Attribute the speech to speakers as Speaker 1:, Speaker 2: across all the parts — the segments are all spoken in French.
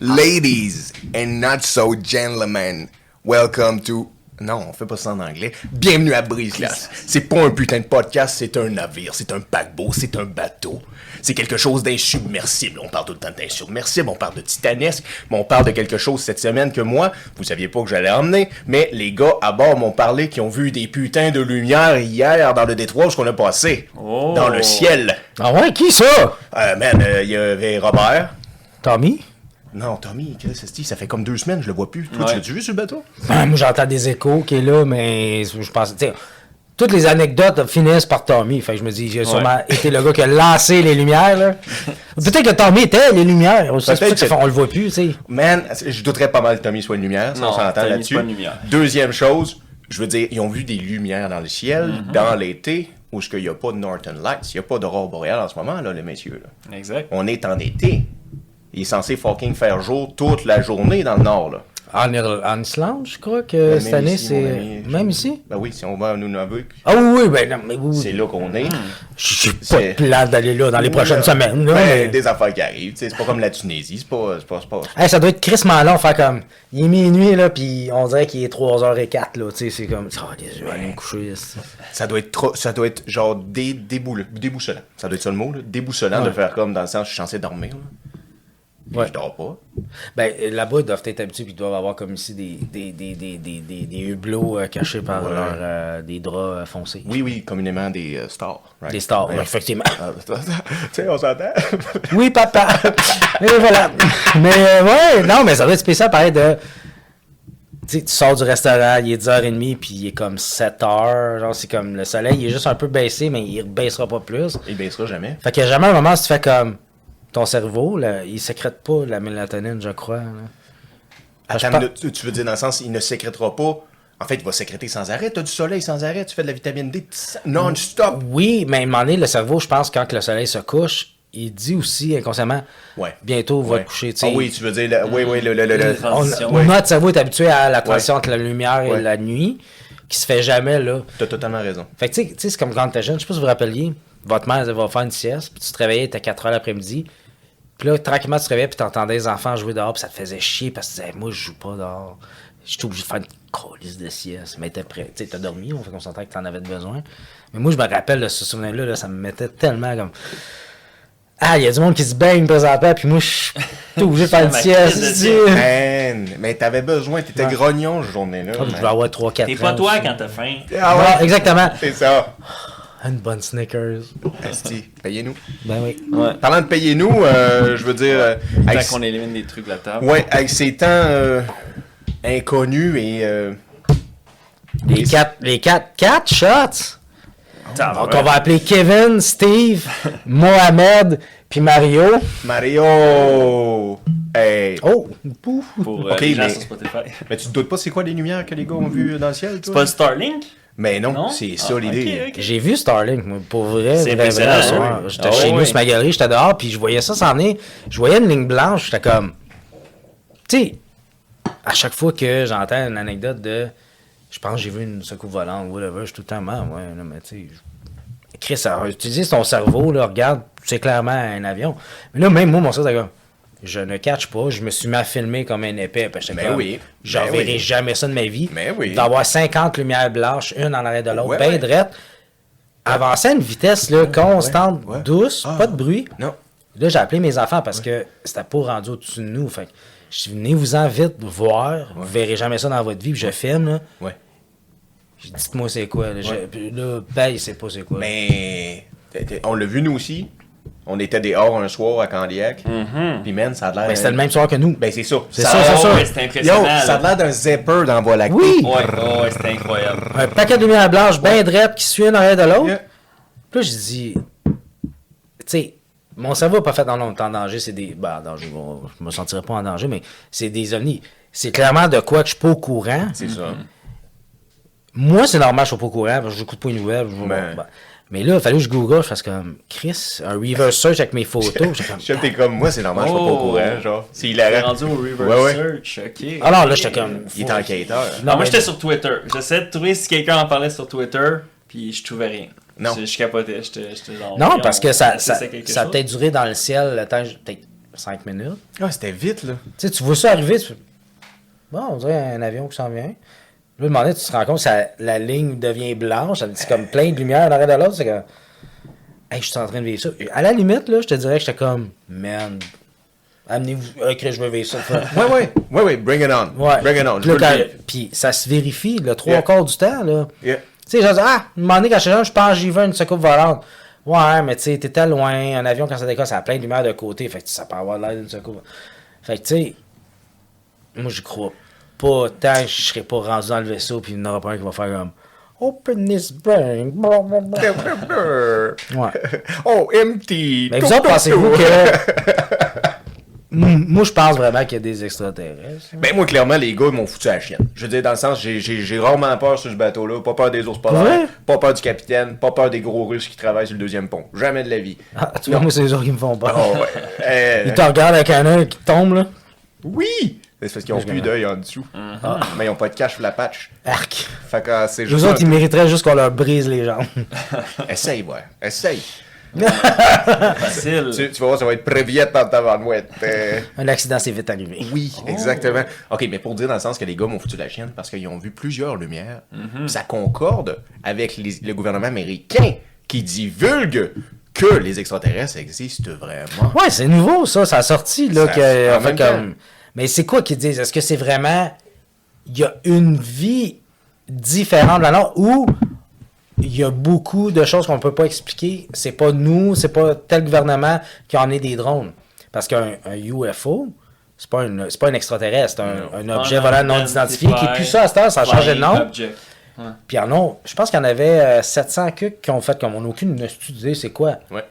Speaker 1: Ladies and not so gentlemen, welcome to. Non, on fait pas ça en anglais. Bienvenue à Brise-Glace. C'est pas un putain de podcast, c'est un navire, c'est un paquebot, c'est un bateau. C'est quelque chose d'insubmersible. On parle tout le temps d'insubmersible, on parle de titanesque, mais on parle de quelque chose cette semaine que moi, vous saviez pas que j'allais emmener, mais les gars à bord m'ont parlé qui ont vu des putains de lumières hier dans le détroit où ce qu'on a passé. Dans le ciel.
Speaker 2: Ah ouais, qui ça?
Speaker 1: Euh, man, euh, il y avait Robert.
Speaker 2: Tommy?
Speaker 1: Non, Tommy, Chris, esti, ça fait comme deux semaines, je le vois plus. Toi,
Speaker 3: Ouais.
Speaker 1: tu l'as vu sur le bateau?
Speaker 2: Ah, moi, j'entends des échos qui est là, mais je pense. tu sais, Toutes les anecdotes finissent par Tommy. Fait que je me dis, j'ai sûrement été le gars qui a lancé les lumières. là. Peut-être que Tommy était les lumières. Ça se peut
Speaker 1: Peut-être
Speaker 2: que-
Speaker 1: que-
Speaker 2: On le voit plus, tu sais.
Speaker 1: Man, je douterais pas mal que Tommy soit une lumière, ça,
Speaker 3: Non,
Speaker 1: on s'entend
Speaker 3: Tommy,
Speaker 1: là-dessus.
Speaker 3: c'est pas une lumière.
Speaker 1: Deuxième chose, je veux dire, ils ont vu des lumières dans le ciel,
Speaker 3: Mhm.
Speaker 1: dans l'été, où ce qu'il n'y a pas de Northern Lights, il n'y a pas d'aurore boréale en ce moment, là, les messieurs. là.
Speaker 3: Exact.
Speaker 1: On est en été. Il est censé fucking faire jour toute la journée dans le nord, là.
Speaker 2: En, Ir- en Islande, je crois que Euh, cette
Speaker 1: Même
Speaker 2: année,
Speaker 1: ici,
Speaker 2: c'est.
Speaker 1: mon ami, je-
Speaker 2: Même ici?
Speaker 1: Ben oui, si on va à Nunavik,
Speaker 2: Ah oui, oui, ben non, mais oui,
Speaker 1: c'est
Speaker 2: oui.
Speaker 1: là qu'on
Speaker 3: Mhm.
Speaker 1: est.
Speaker 2: J'ai pas de
Speaker 1: c'est-
Speaker 2: plan d'aller là dans les prochaines
Speaker 1: Ouais.
Speaker 2: semaines. là,
Speaker 1: Ben,
Speaker 2: mais-
Speaker 1: Des affaires qui arrivent, tu sais, c'est pas comme la Tunisie, c'est pas, c'est pas, c'est pas-
Speaker 2: Hey, ça doit être crissement long, faire comme. Il est minuit, là, puis on dirait qu'il est 3h04, là, tu sais, c'est comme. Oh, les yeux, allez me coucher. ici.
Speaker 1: Ça doit être trop, ça doit être genre dé, déboule, déboussolant. Ça doit être ça le mot, là. Déboussolant de faire comme dans le sens, je suis censé dormir. Là.
Speaker 2: Ouais.
Speaker 1: Je dors pas.
Speaker 2: Ben, euh, là-bas, ils doivent être habitués, puis ils doivent avoir comme ici des, des, des, des, des, des, des hublots euh, cachés par
Speaker 1: Ouais.
Speaker 2: leur, euh, des draps euh, foncés.
Speaker 1: Oui, oui, communément des euh, stars. right?
Speaker 2: Des stars,
Speaker 1: Ouais.
Speaker 2: ouais, effectivement.
Speaker 1: Ah, tu sais, on s'entend.
Speaker 2: Oui, papa! Et voilà! Mais, euh, ouais, non, mais ça doit être spécial, pareil, de. Tu sais, tu sors du restaurant, il est 10h30, puis il est comme 7h. Genre, c'est comme le soleil, il est juste un peu baissé, mais il ne baissera pas plus.
Speaker 1: Il baissera jamais.
Speaker 2: Fait qu'il y a jamais un moment où tu fais comme ton cerveau, là, il sécrète pas la mélatonine, je crois. là. Ah, je
Speaker 1: Attends,
Speaker 2: pense-
Speaker 1: là, tu, tu veux dire dans le sens, il ne sécrétera pas. En fait, il va sécréter sans arrêt. T'as du soleil sans arrêt. Tu fais de la vitamine D tss, non-stop.
Speaker 2: Oui, mais à un moment donné, le cerveau, je pense, quand que le soleil se couche, il dit aussi inconsciemment
Speaker 1: Ouais.
Speaker 2: bientôt va
Speaker 1: Ouais.
Speaker 2: te coucher. tu
Speaker 1: Ah
Speaker 2: sais. Mm.
Speaker 1: oui, tu veux dire. le- oui, oui, le. le, le- le-
Speaker 3: Une
Speaker 2: On-
Speaker 3: transition.
Speaker 1: Ouais.
Speaker 2: Notre cerveau est habitué à la transition
Speaker 1: Ouais.
Speaker 2: entre la lumière et
Speaker 1: Ouais.
Speaker 2: la nuit, qui se fait jamais là.
Speaker 1: T'as totalement raison.
Speaker 2: Fait que tu sais- tu sais, c'est comme quand t'es jeune, je sais pas si vous vous rappeliez, votre mère elle va faire une sieste, puis tu te réveillais, t'es 4 heures l'après-midi, puis là, tranquillement, tu te réveillais, puis t'entendais les enfants jouer dehors, puis ça te faisait chier, parce que tu disais, moi, je joue pas dehors, je suis obligé de faire une colisse de sieste, mais t'es prêt, tu sais, t'as dormi, on fait qu'on s'entend que t'en avais besoin. Mais moi, je me rappelle de ce souvenir-là, là, ça me mettait tellement comme. Ah, il y a du monde qui se baigne présentement, puis moi, je suis obligé de faire une
Speaker 3: Ma crise de
Speaker 2: sieste.
Speaker 3: sieste.
Speaker 1: Man, mais t'avais besoin. T'étais grognon cette journée-là.
Speaker 2: Ah, Je
Speaker 1: man.
Speaker 2: vais avoir 3-4 ans.
Speaker 3: T'es pas toi
Speaker 2: aussi.
Speaker 3: quand t'as faim.
Speaker 1: Ah ouais,
Speaker 2: Ouais, exactement.
Speaker 1: c'est ça.
Speaker 2: Une bonne Snickers.
Speaker 1: Esti, payez-nous.
Speaker 2: Ben oui.
Speaker 3: Ouais.
Speaker 1: Parlant de payer nous, euh, je veux dire, euh, avec,
Speaker 3: Tant qu'on élimine des trucs de la table.
Speaker 1: ouais, avec ces temps euh, inconnus et euh,
Speaker 2: Les quatre, les quatre, quatre shots.
Speaker 3: T'as-
Speaker 2: Donc, on va appeler Kevin, Steve, Mohamed, puis Mario.
Speaker 1: Mario. Hey.
Speaker 2: Oh, pouf.
Speaker 3: Pour euh,
Speaker 1: Ok,
Speaker 3: les gens
Speaker 1: mais-
Speaker 3: sur Spotify.
Speaker 1: Mais tu te doutes pas c'est quoi les lumières que les gars ont vues dans le ciel,
Speaker 3: C'est
Speaker 1: toi?
Speaker 3: pas le Starlink?
Speaker 1: Mais non,
Speaker 3: Non?
Speaker 1: c'est
Speaker 3: Ah,
Speaker 1: ça l'idée.
Speaker 3: ok, ok.
Speaker 2: J'ai vu Starlink, moi, pour vrai.
Speaker 3: C'est
Speaker 2: vrai,
Speaker 3: impressionnant,
Speaker 2: vrai,
Speaker 3: hein,
Speaker 2: soir.
Speaker 3: oui.
Speaker 2: J'étais
Speaker 3: Ah,
Speaker 2: chez
Speaker 3: oui,
Speaker 2: nous,
Speaker 3: oui.
Speaker 2: ce magalie, j'étais dehors, puis je voyais ça s'en venir. Je voyais une ligne blanche, j'étais comme. Tu sais, à chaque fois que j'entends une anecdote de. Je pense que j'ai vu une secoupe volante, whatever, je suis tout le temps mort, ouais, là, mais tu sais. je- Chris, ça utilise ton cerveau, là, regarde, c'est clairement un avion. Mais là, même moi, mon cerveau, c'est comme. Je ne catch pas, je me suis mis à filmer comme un épais. Parce que j'étais
Speaker 1: Mais
Speaker 2: comme,
Speaker 1: Ben oui,
Speaker 2: J'en
Speaker 1: mais
Speaker 2: verrai
Speaker 1: oui.
Speaker 2: jamais ça de ma vie.
Speaker 1: Mais oui.
Speaker 2: D'avoir 50 lumières blanches, une en arrière de l'autre,
Speaker 1: Ouais,
Speaker 2: bien
Speaker 1: ouais.
Speaker 2: drette avançait à une vitesse là, constante,
Speaker 1: ouais.
Speaker 2: douce,
Speaker 1: Ah.
Speaker 2: pas de bruit.
Speaker 1: Non.
Speaker 2: Là, j'ai appelé mes enfants parce que c'était pas rendu au-dessus de nous. Fait que je suis venu vous en vite voir. Vous verrez jamais ça dans votre vie. Puis je filme. Là.
Speaker 1: Ouais.
Speaker 2: J'ai dit, Dites-moi c'est quoi. Là, J'ai- puis là, ben, il sait pas c'est quoi.
Speaker 1: Mais t'es- t'es- on l'a vu nous aussi. On était dehors un soir à Candiac.
Speaker 3: Mm-hmm.
Speaker 1: Puis man, ça a l'air.
Speaker 2: Ben, c'était le même soir que nous.
Speaker 1: Ben c'est ça.
Speaker 2: C'est ça, c'est
Speaker 3: oh,
Speaker 2: ça.
Speaker 3: ouais, c'est impressionnant.
Speaker 1: Yo, ça a
Speaker 3: là.
Speaker 1: l'air d'un zipper dans Voie lactée.
Speaker 2: Ben Oui.
Speaker 3: Ouais, oh, ouais, c'est incroyable.
Speaker 2: Un paquet de lumière blanche bien drette qui suit une arrière de l'autre.
Speaker 1: Yeah.
Speaker 2: Puis là, je dis, tu sais, mon cerveau n'est pas fait dans longtemps en danger. C'est des. Ben, en danger, bon, je me sentirais pas en danger, mais c'est des ovnis. C'est clairement de quoi que je suis pas au courant.
Speaker 1: C'est ça.
Speaker 3: Mm-hmm.
Speaker 2: Moi, c'est normal, je suis pas au courant, parce que je n'écoute pas une nouvelle. je-
Speaker 1: Ben.
Speaker 2: bon. Mais là, il fallait que je google, je fasse comme Chris, un reverse search avec mes photos. J'ai comme,
Speaker 1: Je t'es comme moi, c'est normal, je suis pas au
Speaker 3: Oh.
Speaker 1: courant, genre. C'est
Speaker 3: T'es
Speaker 1: hilarant.
Speaker 3: rendu au reverse
Speaker 1: Ouais, ouais.
Speaker 3: search, ok.
Speaker 2: Alors là, j'étais comme.
Speaker 1: Il est enquêteur.
Speaker 2: Non,
Speaker 3: Non,
Speaker 2: mais-
Speaker 3: moi j'étais sur Twitter. J'essayais de trouver si quelqu'un en parlait sur Twitter, puis je trouvais rien.
Speaker 1: Non.
Speaker 3: Je, je capotais, j'étais j'étais genre.
Speaker 2: Non,
Speaker 3: voyons,
Speaker 2: parce que ça, ça,
Speaker 3: c'est quelque
Speaker 2: ça a
Speaker 3: chose.
Speaker 2: peut-être duré dans le ciel le temps. que j'ai- peut-être- 5 minutes.
Speaker 1: Ah, c'était vite, là.
Speaker 2: Tu sais, tu vois ça arriver, tu fais, Bon, on dirait un avion qui s'en vient. Je me demandais, tu te rends compte, ça, la ligne devient blanche, ça me dit comme plein de lumière l'arrêt de l'autre, c'est comme. Hey, je suis en train de vivre ça. À la limite, là, je te dirais que j'étais comme, man, amenez-vous, ok, je veux vivre ça.
Speaker 1: Ouais, ouais, ouais, ouais, bring it on.
Speaker 2: Ouais.
Speaker 1: Bring it on.
Speaker 2: Puis,
Speaker 1: je
Speaker 2: là,
Speaker 1: peux
Speaker 2: quand-
Speaker 1: le dire.
Speaker 2: puis ça se vérifie, le trois
Speaker 1: Yeah.
Speaker 2: quarts du temps, là.
Speaker 1: Yeah.
Speaker 2: Tu sais, j'ai dit, ah, un moment donné, quand je suis jeune, je pense que j'y vais une secoupe volante. Ouais, mais tu sais, t'étais loin, un avion, quand ça décolle, ça a plein de lumière de côté, fait que ça peut avoir l'air d'une secoupe. Fait que, tu sais, moi, j'y crois pas tant que je serais pas rendu dans le vaisseau, puis il n'y en aura pas un qui va faire comme Open this brain. blablabla. Ouais.
Speaker 1: oh, empty.
Speaker 2: Mais vous autres, pensez-vous que. M- Moi, je pense vraiment qu'il y a des extraterrestres.
Speaker 1: Ben, moi, clairement, les gars, ils m'ont foutu à la chienne. Je veux dire, dans le sens, j'ai- j'ai j'ai rarement peur sur ce bateau-là. Pas peur des ours polaires.
Speaker 2: Ouais.
Speaker 1: Pas peur du capitaine. Pas peur des gros russes qui travaillent sur le deuxième pont. Jamais de la vie.
Speaker 2: Ah, tu vois, moi, c'est les autres qui me font peur.
Speaker 1: Oh, ouais. Euh,
Speaker 2: Ils te regardent avec un œil qui tombe, là.
Speaker 1: oui! C'est parce qu'ils ont plus d'œil en dessous. Ah, Mais ils ont pas de cash pour la patch.
Speaker 2: Arc.
Speaker 1: Fait que euh, c'est juste.
Speaker 2: Les autres,
Speaker 1: un-
Speaker 2: ils mériteraient juste qu'on leur brise les jambes.
Speaker 1: Essaye, ouais. Essaye.
Speaker 3: Facile.
Speaker 1: Tu, tu vas voir, ça va être préviette dans ta vanouette. Euh,
Speaker 2: Un accident, c'est vite arrivé.
Speaker 1: Oui, exactement. OK, mais pour dire dans le sens que les gars m'ont foutu la chienne parce qu'ils ont vu plusieurs lumières,
Speaker 2: Mm-hmm.
Speaker 1: puis ça concorde avec les- le gouvernement américain qui divulgue que les extraterrestres existent vraiment.
Speaker 2: Ouais, c'est nouveau, ça, ça a sorti, là,
Speaker 1: Ça-
Speaker 2: que, euh,
Speaker 1: en
Speaker 2: on fait
Speaker 1: même temps.
Speaker 2: comme... Mais c'est quoi qu'ils disent? Est-ce que c'est vraiment... Il y a une vie différente de la nôtre ou il y a beaucoup de choses qu'on peut pas expliquer? C'est pas nous, c'est pas tel gouvernement qui en est des drones. Parce qu'un un UFO, c'est pas, une- c'est pas un extraterrestre, c'est un, un objet volant non identifié qui est plus ça à cette heure, ça a changé de nom. Puis il y en a, je pense qu'il y en avait euh, 700 cucs qui ont fait comme on n'a aucune idée c'est quoi
Speaker 1: Ouais.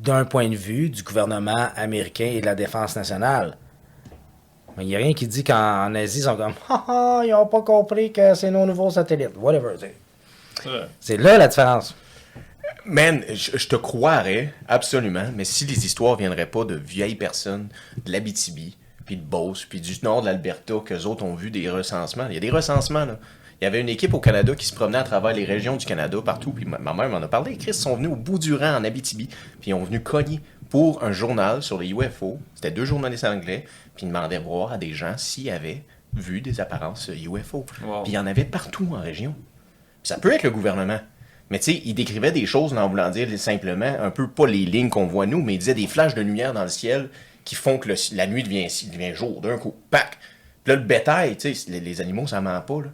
Speaker 2: d'un point de vue du gouvernement américain et de la défense nationale. Mais il n'y a rien qui dit qu'en en Asie, ils sont comme Ah, ah, ils n'ont pas compris que c'est nos nouveaux satellites. Whatever. tu sais. C'est là la différence.
Speaker 1: Man, je, je te croirais absolument, mais si les histoires viendraient pas de vieilles personnes de l'Abitibi, puis de Beauce, puis du nord de l'Alberta, qu'eux autres ont vu des recensements. Il y a des recensements, là. Il y avait une équipe au Canada qui se promenait à travers les régions du Canada, partout, puis ma, ma mère m'en a parlé. Chris, ils sont venus au bout du rang en Abitibi, puis ils ont venu cogner pour un journal sur les UFO. C'était deux journalistes anglais, puis ils demandaient voir à des gens s'ils avaient vu des apparences UFO.
Speaker 3: Wow.
Speaker 1: Puis il y en avait partout en région. Ça peut être le gouvernement. Mais tu sais, il décrivait des choses en voulant dire simplement, un peu pas les lignes qu'on voit nous, mais il disait des flashs de lumière dans le ciel qui font que le- la nuit devient, devient jour d'un coup. Pac! Puis là, le bétail, tu sais, les, les animaux, ça ment pas. là.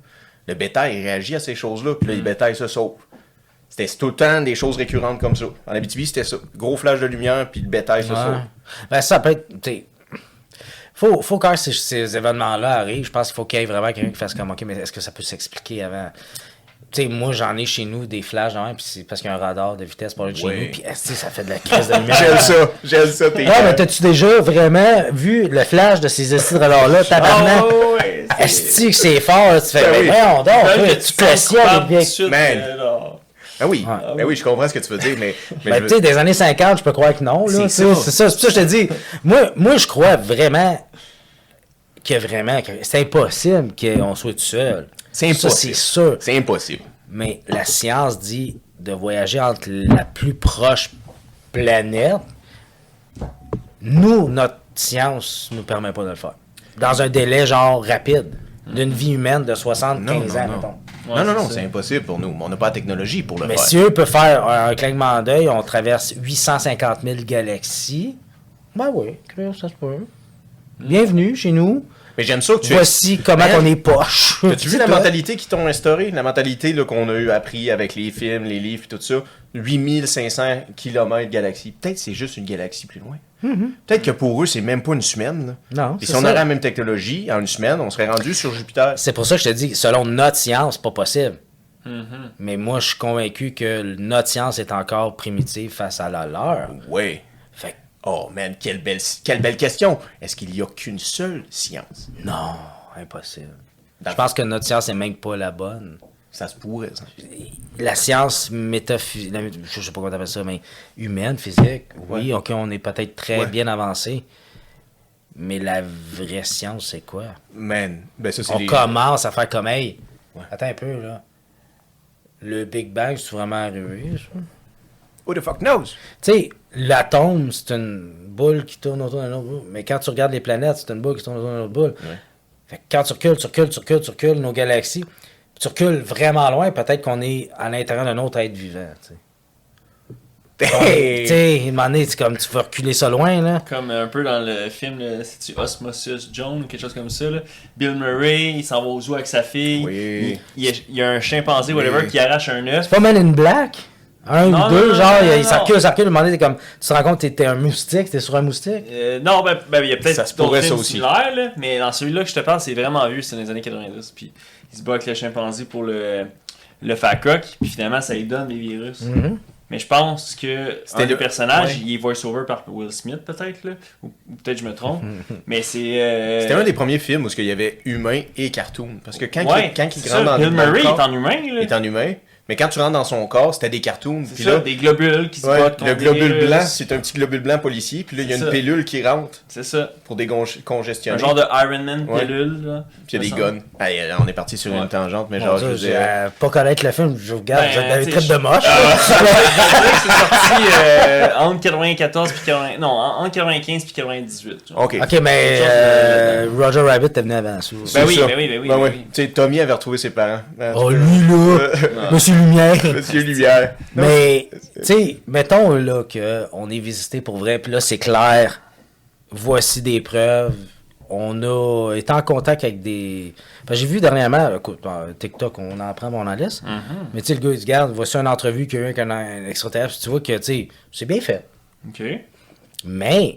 Speaker 1: Le bétail il réagit à ces choses-là, puis là,
Speaker 2: Mm.
Speaker 1: le bétail se sauve. C'était tout le temps des choses récurrentes comme ça. En Abitibi, c'était ça. Gros flash de lumière, puis le bétail se sauve.
Speaker 2: Ben, ça peut être. tu sais, Faut, faut quand ces, ces événements-là arrivent, je pense qu'il faut qu'il y ait vraiment quelqu'un qui fasse comme OK, mais est-ce que ça peut s'expliquer avant? Tu sais, moi, j'en ai chez nous des flashs, de même, puis c'est parce qu'il y a un radar de vitesse pour aller de chez
Speaker 1: Ouais.
Speaker 2: nous, puis esti, ça fait de la crise de lumière.
Speaker 1: J'aime ça, j'aime ça. T'es
Speaker 2: Ouais, mais t'as-tu déjà vraiment vu le flash de ces estis de radar-là, tabarnak?
Speaker 1: Oh, ouais, c'est-
Speaker 2: Esti que c'est fort, là, tu fais,
Speaker 1: Ben
Speaker 2: mais
Speaker 1: oui.
Speaker 2: voyons donc, toi, tu te le ciel avec bien-
Speaker 1: Man.
Speaker 2: euh,
Speaker 1: Ah oui,
Speaker 2: Ouais.
Speaker 1: ben oui, je comprends ce que tu veux dire, mais, mais
Speaker 2: Ben,
Speaker 1: je veux-
Speaker 2: tu sais, des années 50, je peux croire que non, là. tu
Speaker 1: C'est
Speaker 2: sais,
Speaker 1: ça.
Speaker 2: C'est ça, c'est pour ça que je te dis. Moi, moi je crois vraiment que vraiment, que c'est impossible qu'on soit tout seul.
Speaker 1: C'est
Speaker 2: Ça,
Speaker 1: impossible.
Speaker 2: c'est sûr.
Speaker 1: c'est impossible.
Speaker 2: Mais la science dit de voyager entre la plus proche planète. Nous, notre science nous permet pas de le faire. Dans un délai, genre, rapide, d'une vie humaine de 75
Speaker 1: Non, non,
Speaker 2: ans,
Speaker 1: non.
Speaker 2: mettons.
Speaker 1: non, non,
Speaker 3: c'est
Speaker 1: non,
Speaker 3: ça.
Speaker 1: c'est impossible pour nous. On n'a pas la technologie pour le
Speaker 2: Mais
Speaker 1: faire.
Speaker 2: si eux peuvent faire un clignement d'œil, on traverse 850 000 galaxies. Ben oui, Chris, ça se peut. Bienvenue chez nous.
Speaker 1: Mais j'aime ça que tu
Speaker 2: Voici comment
Speaker 1: Ben,
Speaker 2: on est poche.
Speaker 1: As-tu vu la mentalité qu'ils t'ont instaurée? La mentalité là, qu'on a eu appris avec les films, les livres et tout ça. 8500 km galaxie. Peut-être c'est juste une galaxie plus loin. Peut-être que pour eux, c'est même pas une semaine. là.
Speaker 2: Mm-hmm. Non,
Speaker 1: Puis
Speaker 2: c'est
Speaker 1: si on
Speaker 2: ça.
Speaker 1: aurait la même technologie, en une semaine, on serait rendu sur Jupiter.
Speaker 2: C'est pour ça que je te dis, selon notre science, c'est pas possible.
Speaker 1: Mm-hmm.
Speaker 2: Mais moi, je suis convaincu que notre science est encore primitive face à la leur.
Speaker 1: Ouais.
Speaker 2: Fait que
Speaker 1: Oh man, quelle belle, quelle belle question. Est-ce qu'il y a qu'une seule science?
Speaker 2: non, impossible.
Speaker 1: Dans-
Speaker 2: Je pense que notre science est même pas la bonne.
Speaker 1: Ça se pourrait, ça.
Speaker 2: La science métaphysique, je sais pas comment t'appelles ça, mais humaine, physique, oui, ok, on est peut-être très
Speaker 1: Ouais.
Speaker 2: bien avancé. Mais la vraie science, c'est quoi?
Speaker 1: Man, ben ça c'est
Speaker 2: On
Speaker 1: des-
Speaker 2: commence à faire comme, hey,
Speaker 1: Ouais.
Speaker 2: attends un peu, là. Le Big Bang, c'est vraiment arrivé, ça?
Speaker 1: Who the fuck knows?
Speaker 2: Tu sais, l'atome, c'est une boule qui tourne autour d'une autre boule. Mais quand tu regardes les planètes, c'est une boule qui tourne autour d'une autre boule. Fait que quand tu recules, tu recules, tu recules, tu recules, nos galaxies, tu recules vraiment loin, peut-être qu'on est à l'intérieur d'un autre être vivant. Tu sais, Tu
Speaker 1: Hey!
Speaker 2: sais, à un moment donné, c'est comme tu vas reculer ça loin, là.
Speaker 3: Comme un peu dans le film, là, c'est-tu Osmosis Jones ou quelque chose comme ça. là? Bill Murray, il s'en va au zoo avec sa fille.
Speaker 1: Oui.
Speaker 3: Il, il y a- il y a un chimpanzé, whatever,
Speaker 1: Oui.
Speaker 3: qui arrache un œuf.
Speaker 2: C'est pas Man in Black? Un
Speaker 3: Non,
Speaker 2: ou deux,
Speaker 3: non,
Speaker 2: genre,
Speaker 3: non, non,
Speaker 2: il
Speaker 3: non.
Speaker 2: circule, circule, à un moment donné, t'es comme, tu te rends compte que t'es un moustique, t'es sur un moustique.
Speaker 3: Euh, non, ben, ben, il y a
Speaker 1: Ça se
Speaker 3: peut-être
Speaker 1: pourrait,
Speaker 3: d'autres
Speaker 1: ça
Speaker 3: films
Speaker 1: aussi.
Speaker 3: similaires, là, mais dans celui-là que je te parle, c'est vraiment vieux, c'est dans les années 90. Puis il se bat avec le chimpanzé pour le, le facoc, puis finalement ça lui donne des virus.
Speaker 2: Mhm.
Speaker 3: Mais je pense que
Speaker 1: C'était
Speaker 3: un
Speaker 1: le-
Speaker 3: des personnages,
Speaker 1: ouais.
Speaker 3: il est voice-over par Will Smith peut-être, là, ou, ou peut-être je me trompe, mais c'est... euh,
Speaker 1: C'était un des premiers films où il y avait humain et cartoon. Parce que quand,
Speaker 3: ouais,
Speaker 1: il, quand il
Speaker 3: c'est
Speaker 1: rentre dans
Speaker 3: ça, Bill
Speaker 1: dans le
Speaker 3: Murray
Speaker 1: corps,
Speaker 3: est en humain, là.
Speaker 1: il est en humain, mais quand tu rentres dans son corps, c'était des cartoons.
Speaker 3: C'est
Speaker 1: Puis
Speaker 3: ça,
Speaker 1: là,
Speaker 3: des globules qui se
Speaker 1: ouais,
Speaker 3: battent
Speaker 1: le
Speaker 3: contre des
Speaker 1: globule
Speaker 3: virus.
Speaker 1: blanc, c'est un petit globule blanc policier, puis là, il y a
Speaker 3: C'est
Speaker 1: une
Speaker 3: ça.
Speaker 1: pilule qui rentre
Speaker 3: C'est ça,
Speaker 1: pour décongestionner.
Speaker 3: un genre de Iron Man
Speaker 1: Ouais.
Speaker 3: pilule, là.
Speaker 1: Puis il y a des
Speaker 3: Ça
Speaker 1: guns. Hey, euh, on est parti sur une
Speaker 3: Ouais.
Speaker 1: tangente, mais
Speaker 2: Mon
Speaker 1: genre, je
Speaker 2: Dieu,
Speaker 1: veux
Speaker 2: j'ai,
Speaker 1: dire,
Speaker 2: euh, pas connaître le film, je regarde,
Speaker 3: Ben,
Speaker 2: j'ai des
Speaker 3: t'sais,
Speaker 2: tripes
Speaker 3: je- Ah,
Speaker 2: de moche.
Speaker 3: c'est sorti euh, entre 94 puis 80, non, en- entre 95 puis 98. genre.
Speaker 1: Ok.
Speaker 2: Ok, mais
Speaker 3: Genre,
Speaker 2: euh, Roger Rabbit est venu avant. ça.
Speaker 1: C'est
Speaker 3: oui,
Speaker 1: ça.
Speaker 3: ben oui, ben oui,
Speaker 1: Ben
Speaker 3: ben
Speaker 1: ouais.
Speaker 3: oui.
Speaker 1: Tu sais, Tommy avait retrouvé ses parents. Ben,
Speaker 2: Oh,
Speaker 1: tu-
Speaker 2: lui, là,
Speaker 1: Euh,
Speaker 2: Monsieur Lumière.
Speaker 1: Monsieur Lumière. Non,
Speaker 2: Mais, tu sais, mettons là qu'on est visité pour vrai, puis là, c'est clair, voici des preuves. On a été en contact avec des. Parce que J'ai vu dernièrement, écoute, euh, TikTok, on en prend, mais on en laisse.
Speaker 3: Mm-hmm.
Speaker 2: Mais tu sais, le gars, il dit, regarde, voici une entrevue qu'il y a eu avec un, un extraterrestre, puis tu vois que, tu sais, c'est bien fait.
Speaker 3: Ok.
Speaker 2: Mais,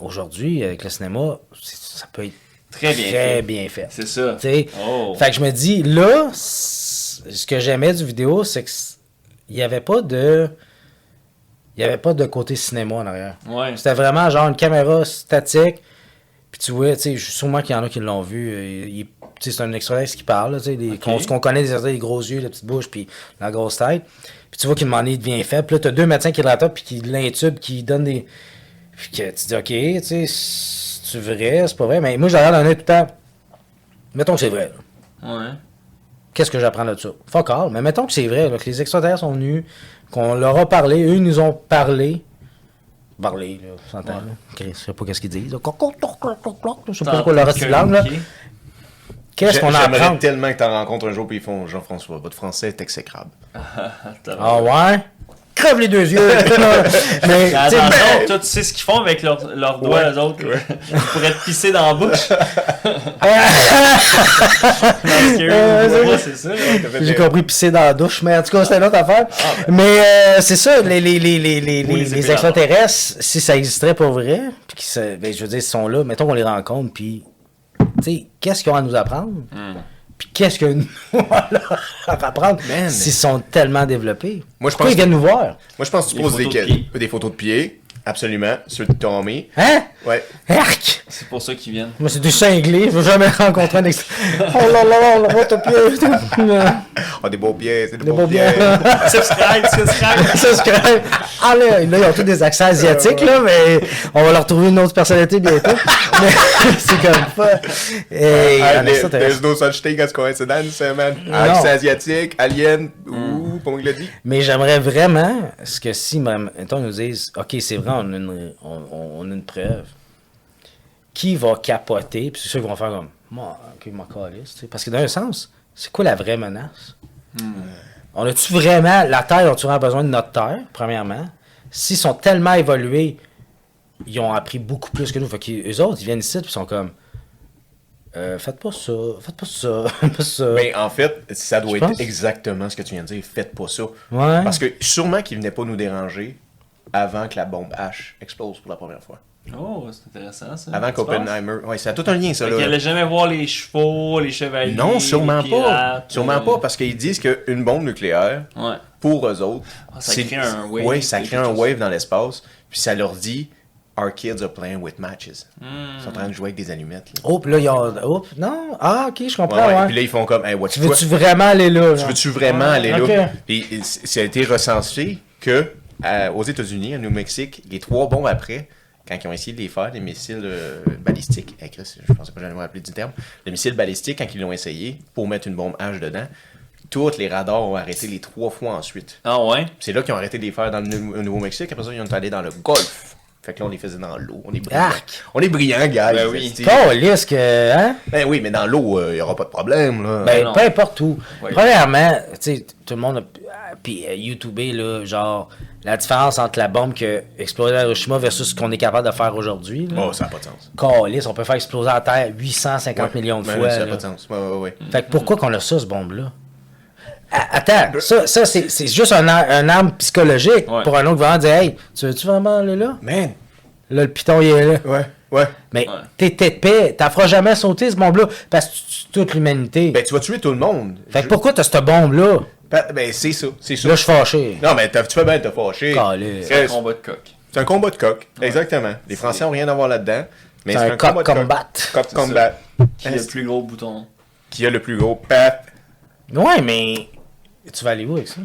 Speaker 2: aujourd'hui, avec le cinéma, c'est- ça peut être
Speaker 3: Très bien fait.
Speaker 2: bien fait.
Speaker 3: C'est ça.
Speaker 2: Tu sais,
Speaker 3: Oh.
Speaker 2: Fait que je me dis, là, c- ce que j'aimais du vidéo, c'est qu'il n'y avait pas de. Il n'y avait pas de côté cinéma en arrière.
Speaker 3: Ouais.
Speaker 2: C'était vraiment genre une caméra statique. Puis tu vois, tu sais, je- sûrement qu'il y en a qui l'ont vu. euh, il- tu sais, c'est un extraterrestre qui parle, là, tu sais, les- qu'on qu'on connaît des extraterrestres, les gros yeux, la petite bouche, puis la grosse tête. Puis tu vois qu'il demande, il devient faible. Puis là, t'as deux médecins qui le rattrapent, puis qui l'intubent, qui donnent des. Puis que tu dis, OK, tu sais, c'est vrai, c'est pas vrai. Mais moi, je regarde un œil tout le temps. Mettons que c'est vrai. là
Speaker 3: Ouais.
Speaker 2: qu'est-ce que j'apprends là-dessus? Fuck all. Mais mettons que c'est vrai, là, que les extraterrestres sont venus, qu'on leur a parlé, eux ils nous ont parlé. Parlé, là, on s'entend, là. Chris, je sais pas qu'est-ce qu'ils disent. là. Cloc, cloc, cloc, cloc, cloc, cloc. Je sais pas quoi leur reste langue, là.
Speaker 3: Communiquer.
Speaker 2: Qu'est-ce
Speaker 1: j'ai-
Speaker 2: qu'on apprend?
Speaker 1: J'aimerais tellement que t'en rencontres un jour, puis ils font Jean-François, votre français est exécrable.
Speaker 3: Attends.
Speaker 2: Ah ouais? Crève les deux yeux! mais,
Speaker 3: Mais
Speaker 2: tu sais,
Speaker 3: Attention,
Speaker 2: mais-
Speaker 3: toi, tu sais ce qu'ils font avec leurs leurs doigts,
Speaker 1: Ouais.
Speaker 3: eux autres. là. Ils pourraient te pisser dans la bouche.
Speaker 2: ben,
Speaker 3: Parce que
Speaker 2: Euh,
Speaker 3: eux, ouais, c'est ça. là.
Speaker 1: T'as fait
Speaker 2: J'ai
Speaker 1: des-
Speaker 2: compris pisser dans la douche, mais en tout cas, c'est une autre affaire.
Speaker 1: Ah, ben.
Speaker 2: Mais euh, c'est ça, les, les, les, les, les,
Speaker 3: Ou les
Speaker 2: les
Speaker 3: épées
Speaker 2: extraterrestres, si ça existerait pour vrai, puis qu'ils se- ben, je veux dire, ils sont là, mettons qu'on les rencontre, puis, tu sais, qu'est-ce qu'ils ont à nous apprendre?
Speaker 1: Hmm.
Speaker 2: Puis qu'est-ce que nous, on leur apprendre
Speaker 1: Man.
Speaker 2: s'ils sont tellement développés?
Speaker 1: Moi, je
Speaker 2: Pourquoi
Speaker 1: pense
Speaker 2: ils viennent nous voir?
Speaker 1: Moi, je pense que tu
Speaker 3: Des
Speaker 1: poses des,
Speaker 3: photos de
Speaker 1: quêtes- des photos de pieds. Absolument. Ceux de Tommy.
Speaker 2: Hein?
Speaker 1: Ouais.
Speaker 2: Arc!
Speaker 3: C'est pour ça qu'ils viennent.
Speaker 2: Moi, c'est du cinglé, je veux jamais rencontrer un extraterrestre. Oh là là là, là, t'as plus-
Speaker 1: Ah, des beaux pieds, c'est des,
Speaker 2: Des
Speaker 1: beaux
Speaker 2: beaux
Speaker 1: pieds.
Speaker 2: pieds.
Speaker 3: Subscribe, subscribe.
Speaker 2: Ça, c'est quand même- Ah là, là, ils ont tous des accents asiatiques, là, mais on va leur trouver une autre personnalité bientôt. mais c'est comme pas. Hey,
Speaker 1: Ah,
Speaker 2: Alex,
Speaker 1: there-
Speaker 2: ça, t'as-
Speaker 1: there's no such thing as coincidence, hein, man. Accent asiatique, alien,
Speaker 3: Mm.
Speaker 1: ouh, comme il l'a dit.
Speaker 2: mais j'aimerais vraiment ce que si, même, mettons, ils nous disent, OK, c'est vrai, on a une, on, on- on a une preuve. Qui va capoter? Puis c'est sûr qu'ils vont faire comme, moi, OK, ma calisse, tu sais. Parce que dans un sens, c'est quoi la vraie menace? On a-tu vraiment, la Terre, a-tu vraiment besoin de notre Terre, premièrement? S'ils sont tellement évolués, ils ont appris beaucoup plus que nous. Fait qu'eux autres, ils viennent ici, puis ils sont comme, Euh, faites pas ça, faites pas ça, faites pas ça.
Speaker 1: Mais Ben, en fait, ça doit
Speaker 2: Je
Speaker 1: être
Speaker 2: pense.
Speaker 1: exactement ce que tu viens de dire. Faites pas ça.
Speaker 2: Ouais.
Speaker 1: Parce que sûrement qu'ils venaient pas nous déranger avant que la bombe H explose pour la première fois.
Speaker 3: Oh, c'est intéressant ça.
Speaker 1: Avant
Speaker 3: Tu penses?
Speaker 1: qu'Oppenheimer. Ouais, ça a tout un lien, ça.
Speaker 3: Fait qu'ils
Speaker 1: Là.
Speaker 3: allaient jamais voir les chevaux, les chevaliers.
Speaker 1: Non, sûrement
Speaker 3: les
Speaker 1: pas.
Speaker 3: pirates,
Speaker 1: Sûrement
Speaker 3: euh,
Speaker 1: pas, parce qu'ils disent qu'une bombe nucléaire,
Speaker 3: Ouais.
Speaker 1: pour eux autres,
Speaker 3: Ah, ça crée un wave,
Speaker 1: Ouais, ça
Speaker 3: quelque
Speaker 1: crée un
Speaker 3: chose.
Speaker 1: wave dans l'espace, puis ça leur dit Our kids are playing with matches. Ils sont en train de jouer avec des allumettes. là.
Speaker 2: Oh, puis là, ils ont. Oh, puis non. Ah, ok, je comprends.
Speaker 1: Ouais, ouais.
Speaker 2: ouais.
Speaker 1: Puis là, ils font comme Hey, what
Speaker 2: Tu veux-tu vraiment aller là?
Speaker 1: Tu
Speaker 2: genre?
Speaker 1: veux-tu vraiment
Speaker 2: Ouais,
Speaker 1: aller
Speaker 2: ok.
Speaker 1: là? Puis il- c- ça a été recensé que à- aux États-Unis, au Nouveau-Mexique, les trois bombes après, quand ils ont essayé de les faire, les missiles euh, balistiques, eh, Chris, je pensais pas que j'allais me rappeler du terme, les missiles balistiques, quand ils l'ont essayé pour mettre une bombe H dedans, tous les radars ont arrêté les trois fois ensuite.
Speaker 3: Ah ouais?
Speaker 1: C'est là qu'ils ont arrêté de les faire dans le Nou- au Nouveau-Mexique. Après ça, ils ont allé dans le golfe. Fait que là, on les faisait dans l'eau. On est brillants.
Speaker 2: Arc!
Speaker 1: On est brillants, gars.
Speaker 3: Ben oui.
Speaker 1: Esti.
Speaker 2: Calisse que, hein?
Speaker 1: Ben oui, mais dans l'eau, il n'y aura pas de problème. Là.
Speaker 2: Ben,
Speaker 3: non.
Speaker 2: peu importe où.
Speaker 3: Ouais.
Speaker 2: Premièrement, tu sais, tout le monde a puis, euh, YouTubé, là, genre, la différence entre la bombe que explosait à Hiroshima versus ce qu'on est capable de faire aujourd'hui. là.
Speaker 1: Oh, ça n'a pas de sens.
Speaker 2: Câlisse, on peut faire exploser la Terre 850
Speaker 1: Ouais.
Speaker 2: millions de
Speaker 1: Ben
Speaker 2: fois.
Speaker 1: oui, Ça n'a
Speaker 2: là.
Speaker 1: pas
Speaker 2: Mm.
Speaker 1: de sens. Ouais, ouais, ouais.
Speaker 2: Fait que pourquoi qu'on a ça, ce bombe-là? A- Attends, ça, ça c'est c'est juste un, ar- un arme psychologique
Speaker 3: Ouais.
Speaker 2: pour un autre gouvernement de dire Hey, tu veux-tu vraiment aller là?
Speaker 1: Man.
Speaker 2: Là, le piton, il est là.
Speaker 1: Ouais, ouais.
Speaker 2: Mais
Speaker 3: Ouais.
Speaker 2: t'es t'es épais, t'en feras jamais sauter ce bombe-là parce que tu tues toute l'humanité.
Speaker 1: Ben, tu vas tuer tout le monde.
Speaker 2: fait que
Speaker 1: Je-
Speaker 2: pourquoi t'as cette bombe-là?
Speaker 1: Ben, ben, c'est ça. C'est ça.
Speaker 2: Là, je suis fâché.
Speaker 1: Non, mais t'as- tu fais bien de te fâcher.
Speaker 2: Calais.
Speaker 1: C'est
Speaker 3: C'est un
Speaker 1: un-
Speaker 3: combat de coq.
Speaker 1: c'est un combat de coq. Exactement. Les Français n'ont rien à voir là-dedans. mais
Speaker 2: C'est un coq
Speaker 1: combat de
Speaker 2: combat.
Speaker 1: Coq
Speaker 3: C'est ça.
Speaker 1: combat.
Speaker 3: Qui a le plus gros bouton?
Speaker 1: Qui a le plus gros paf.
Speaker 2: Ouais, mais tu vas aller où avec ça?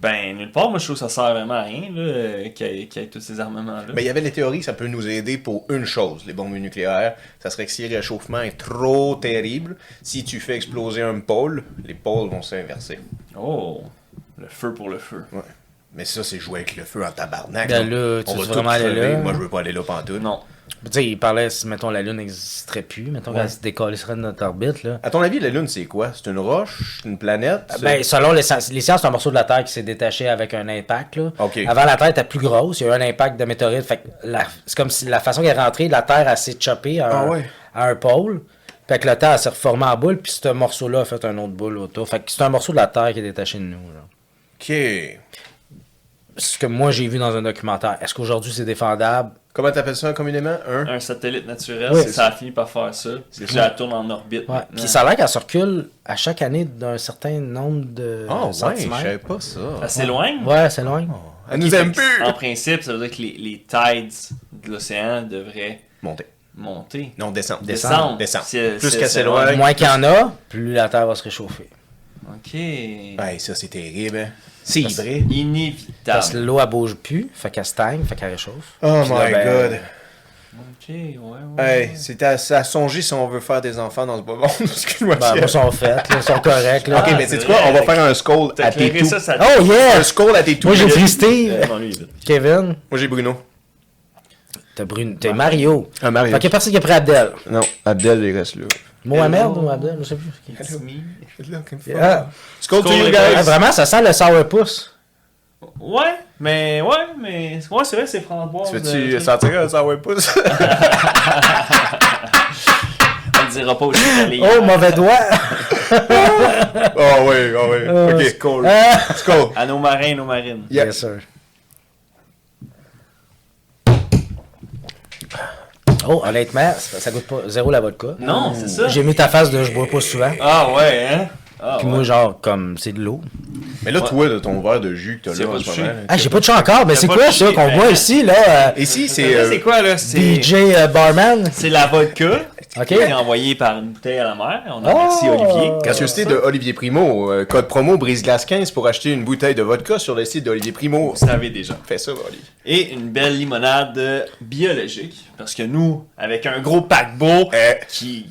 Speaker 3: Ben, nulle part, moi je trouve que ça sert vraiment à rien, là, euh, qu'il y ait, qu'il y ait tous ces armements-là.
Speaker 1: Mais Ben, il y avait les théories, ça peut nous aider pour une chose, les bombes nucléaires. Ça serait que si le réchauffement est trop terrible, si tu fais exploser un pôle, les pôles vont s'inverser.
Speaker 3: Oh! Le feu pour le feu.
Speaker 1: Ouais. Mais ça, c'est jouer avec le feu en tabarnak.
Speaker 2: Ben là, tu
Speaker 1: On
Speaker 2: veux
Speaker 1: va tout
Speaker 2: vraiment aller
Speaker 1: crever.
Speaker 2: là?
Speaker 1: Moi, je veux pas aller là pantoute.
Speaker 3: Non.
Speaker 2: Tu sais, il parlait, si, mettons, la Lune n'existerait plus, mettons, qu'elle se décollerait de notre orbite, là.
Speaker 1: À ton avis, la Lune, c'est quoi? C'est une roche? C'est Une planète? C'est-
Speaker 2: Ben, selon les, sciences- les sciences, c'est un morceau de la Terre qui s'est détaché avec un impact. Là.
Speaker 1: Ok.
Speaker 2: Avant, la Terre était plus grosse. Il y a eu un impact de météorite. Fait que la- c'est comme si la façon qu'elle est rentrée, la Terre elle s'est choppée à, un-
Speaker 1: Ah ouais.
Speaker 2: à un pôle. Fait que la Terre elle s'est reformée en boule. Puis ce morceau-là a fait un autre boule autour. Fait que c'est un morceau de la Terre qui est détaché de nous. là.
Speaker 1: OK.
Speaker 2: C'est Ce que moi, j'ai vu dans un documentaire. Est-ce qu'aujourd'hui, c'est défendable?
Speaker 1: Comment t'appelles ça communément? Un?
Speaker 3: Un satellite naturel,
Speaker 2: Oui.
Speaker 3: ça, a fini par faire ça. Puis là, elle tourne en orbite.
Speaker 2: Ouais.
Speaker 3: maintenant.
Speaker 2: Puis ça a l'air qu'elle circule à chaque année d'un certain nombre de
Speaker 1: Oh, ouais, je
Speaker 2: centimètres.
Speaker 1: savais Ah. pas ça.
Speaker 3: Ça s'éloigne?
Speaker 2: Ouais, c'est loin.
Speaker 1: Elle nous aime
Speaker 3: Ah, Fait
Speaker 1: plus!
Speaker 3: que, Ah. En principe, ça veut dire que les, les tides de l'océan devraient
Speaker 1: Montez.
Speaker 3: monter.
Speaker 1: Non, descendre.
Speaker 3: Descendre.
Speaker 1: Descendre.
Speaker 3: C'est-
Speaker 1: Plus
Speaker 3: c'est-
Speaker 1: qu'elle
Speaker 3: c'est
Speaker 1: s'éloigne.
Speaker 2: Moins qu'il y en a, plus la Terre va se réchauffer.
Speaker 3: Ok.
Speaker 1: Ben, ça, c'est terrible. hein. C'est vrai.
Speaker 2: Parce que
Speaker 1: Ah.
Speaker 3: Inévitable.
Speaker 2: l'eau, elle bouge plus, fait qu'elle stagne, fait qu'elle réchauffe.
Speaker 1: Oh
Speaker 2: Puis là,
Speaker 1: my
Speaker 2: ben,
Speaker 1: god.
Speaker 3: Ok, ouais, ouais.
Speaker 1: Hey, c'est à, c'est à songer si on veut faire des enfants dans ce bas monde. Excuse-moi.
Speaker 2: Ben,
Speaker 1: Pierre.
Speaker 2: elles sont faites, là, elles sont correctes. Là.
Speaker 1: ok,
Speaker 3: Ah,
Speaker 1: mais
Speaker 3: c'est
Speaker 1: sais-tu quoi?
Speaker 3: vrai.
Speaker 1: On va faire un skull
Speaker 3: T'as
Speaker 1: à tes
Speaker 3: éclairé
Speaker 1: tout.
Speaker 3: ça, ça-
Speaker 2: Oh yeah!
Speaker 1: Un skull à tes tout.
Speaker 2: Moi, j'ai pris Steve,
Speaker 3: Euh, non, lui, il est-
Speaker 2: Kevin,
Speaker 1: Moi, j'ai Bruno.
Speaker 2: t'as Bruno, t'es Mario.
Speaker 1: Ah, Mario.
Speaker 2: Fait qu'il y a personne qui a pris Abdel.
Speaker 1: Non, Abdel, il reste là.
Speaker 2: Mohamed
Speaker 3: Hello.
Speaker 2: ou Abdel, je sais plus. qui.
Speaker 3: It's me.
Speaker 2: Ah.
Speaker 1: Skull to
Speaker 3: Skull,
Speaker 1: you
Speaker 3: les
Speaker 2: Ah,
Speaker 1: guys!
Speaker 2: vraiment, ça sent le sourpuss.
Speaker 3: Ouais, mais ouais, mais ouais, c'est vrai, c'est framboise.
Speaker 1: Tu
Speaker 3: euh,
Speaker 1: veux-tu
Speaker 3: truc.
Speaker 1: sentir un sourpuss?
Speaker 3: On le dira pas au chevalier.
Speaker 2: Oh, mauvais doigt!
Speaker 1: Oh oui, oh
Speaker 2: Euh,
Speaker 1: oui. Ok, skull.
Speaker 2: Ah.
Speaker 1: Skull.
Speaker 3: À nos marins, nos marines.
Speaker 1: Yeah.
Speaker 2: Yes, sir. Oh, honnêtement, ça, ça goûte pas zéro la vodka.
Speaker 3: Non, c'est ça.
Speaker 2: J'ai mis ta face de je bois pas souvent.
Speaker 3: Ah ouais, hein? Ah,
Speaker 2: Puis
Speaker 3: ouais.
Speaker 2: moi, genre, comme c'est de l'eau.
Speaker 1: Mais là, toi, de ton verre de jus que t'as
Speaker 3: C'est
Speaker 1: là
Speaker 3: pas
Speaker 1: en ce
Speaker 3: touché.
Speaker 1: moment. là.
Speaker 2: Ah, j'ai pas de chat encore, mais
Speaker 3: T'as
Speaker 2: c'est
Speaker 3: pas
Speaker 2: quoi
Speaker 3: touché,
Speaker 2: ça qu'on
Speaker 3: ben.
Speaker 2: voit ici, là? euh,
Speaker 1: Ici,
Speaker 3: Ça,
Speaker 1: c'est. euh,
Speaker 3: C'est quoi là? C'est
Speaker 2: DJ euh, Barman?
Speaker 3: c'est la vodka
Speaker 2: Ok.
Speaker 3: qui est envoyée par une bouteille à la mer. On a
Speaker 2: Oh!
Speaker 3: remercié Olivier.
Speaker 1: Gracieuseté de Olivier Primo, euh, code promo brise-glace 15 pour acheter une bouteille de vodka sur le site d'Olivier Primo.
Speaker 3: Vous savez déjà.
Speaker 1: Fais ça, Olivier.
Speaker 3: Et une belle limonade biologique. Parce que nous, avec un gros paquebot
Speaker 1: Eh.
Speaker 3: qui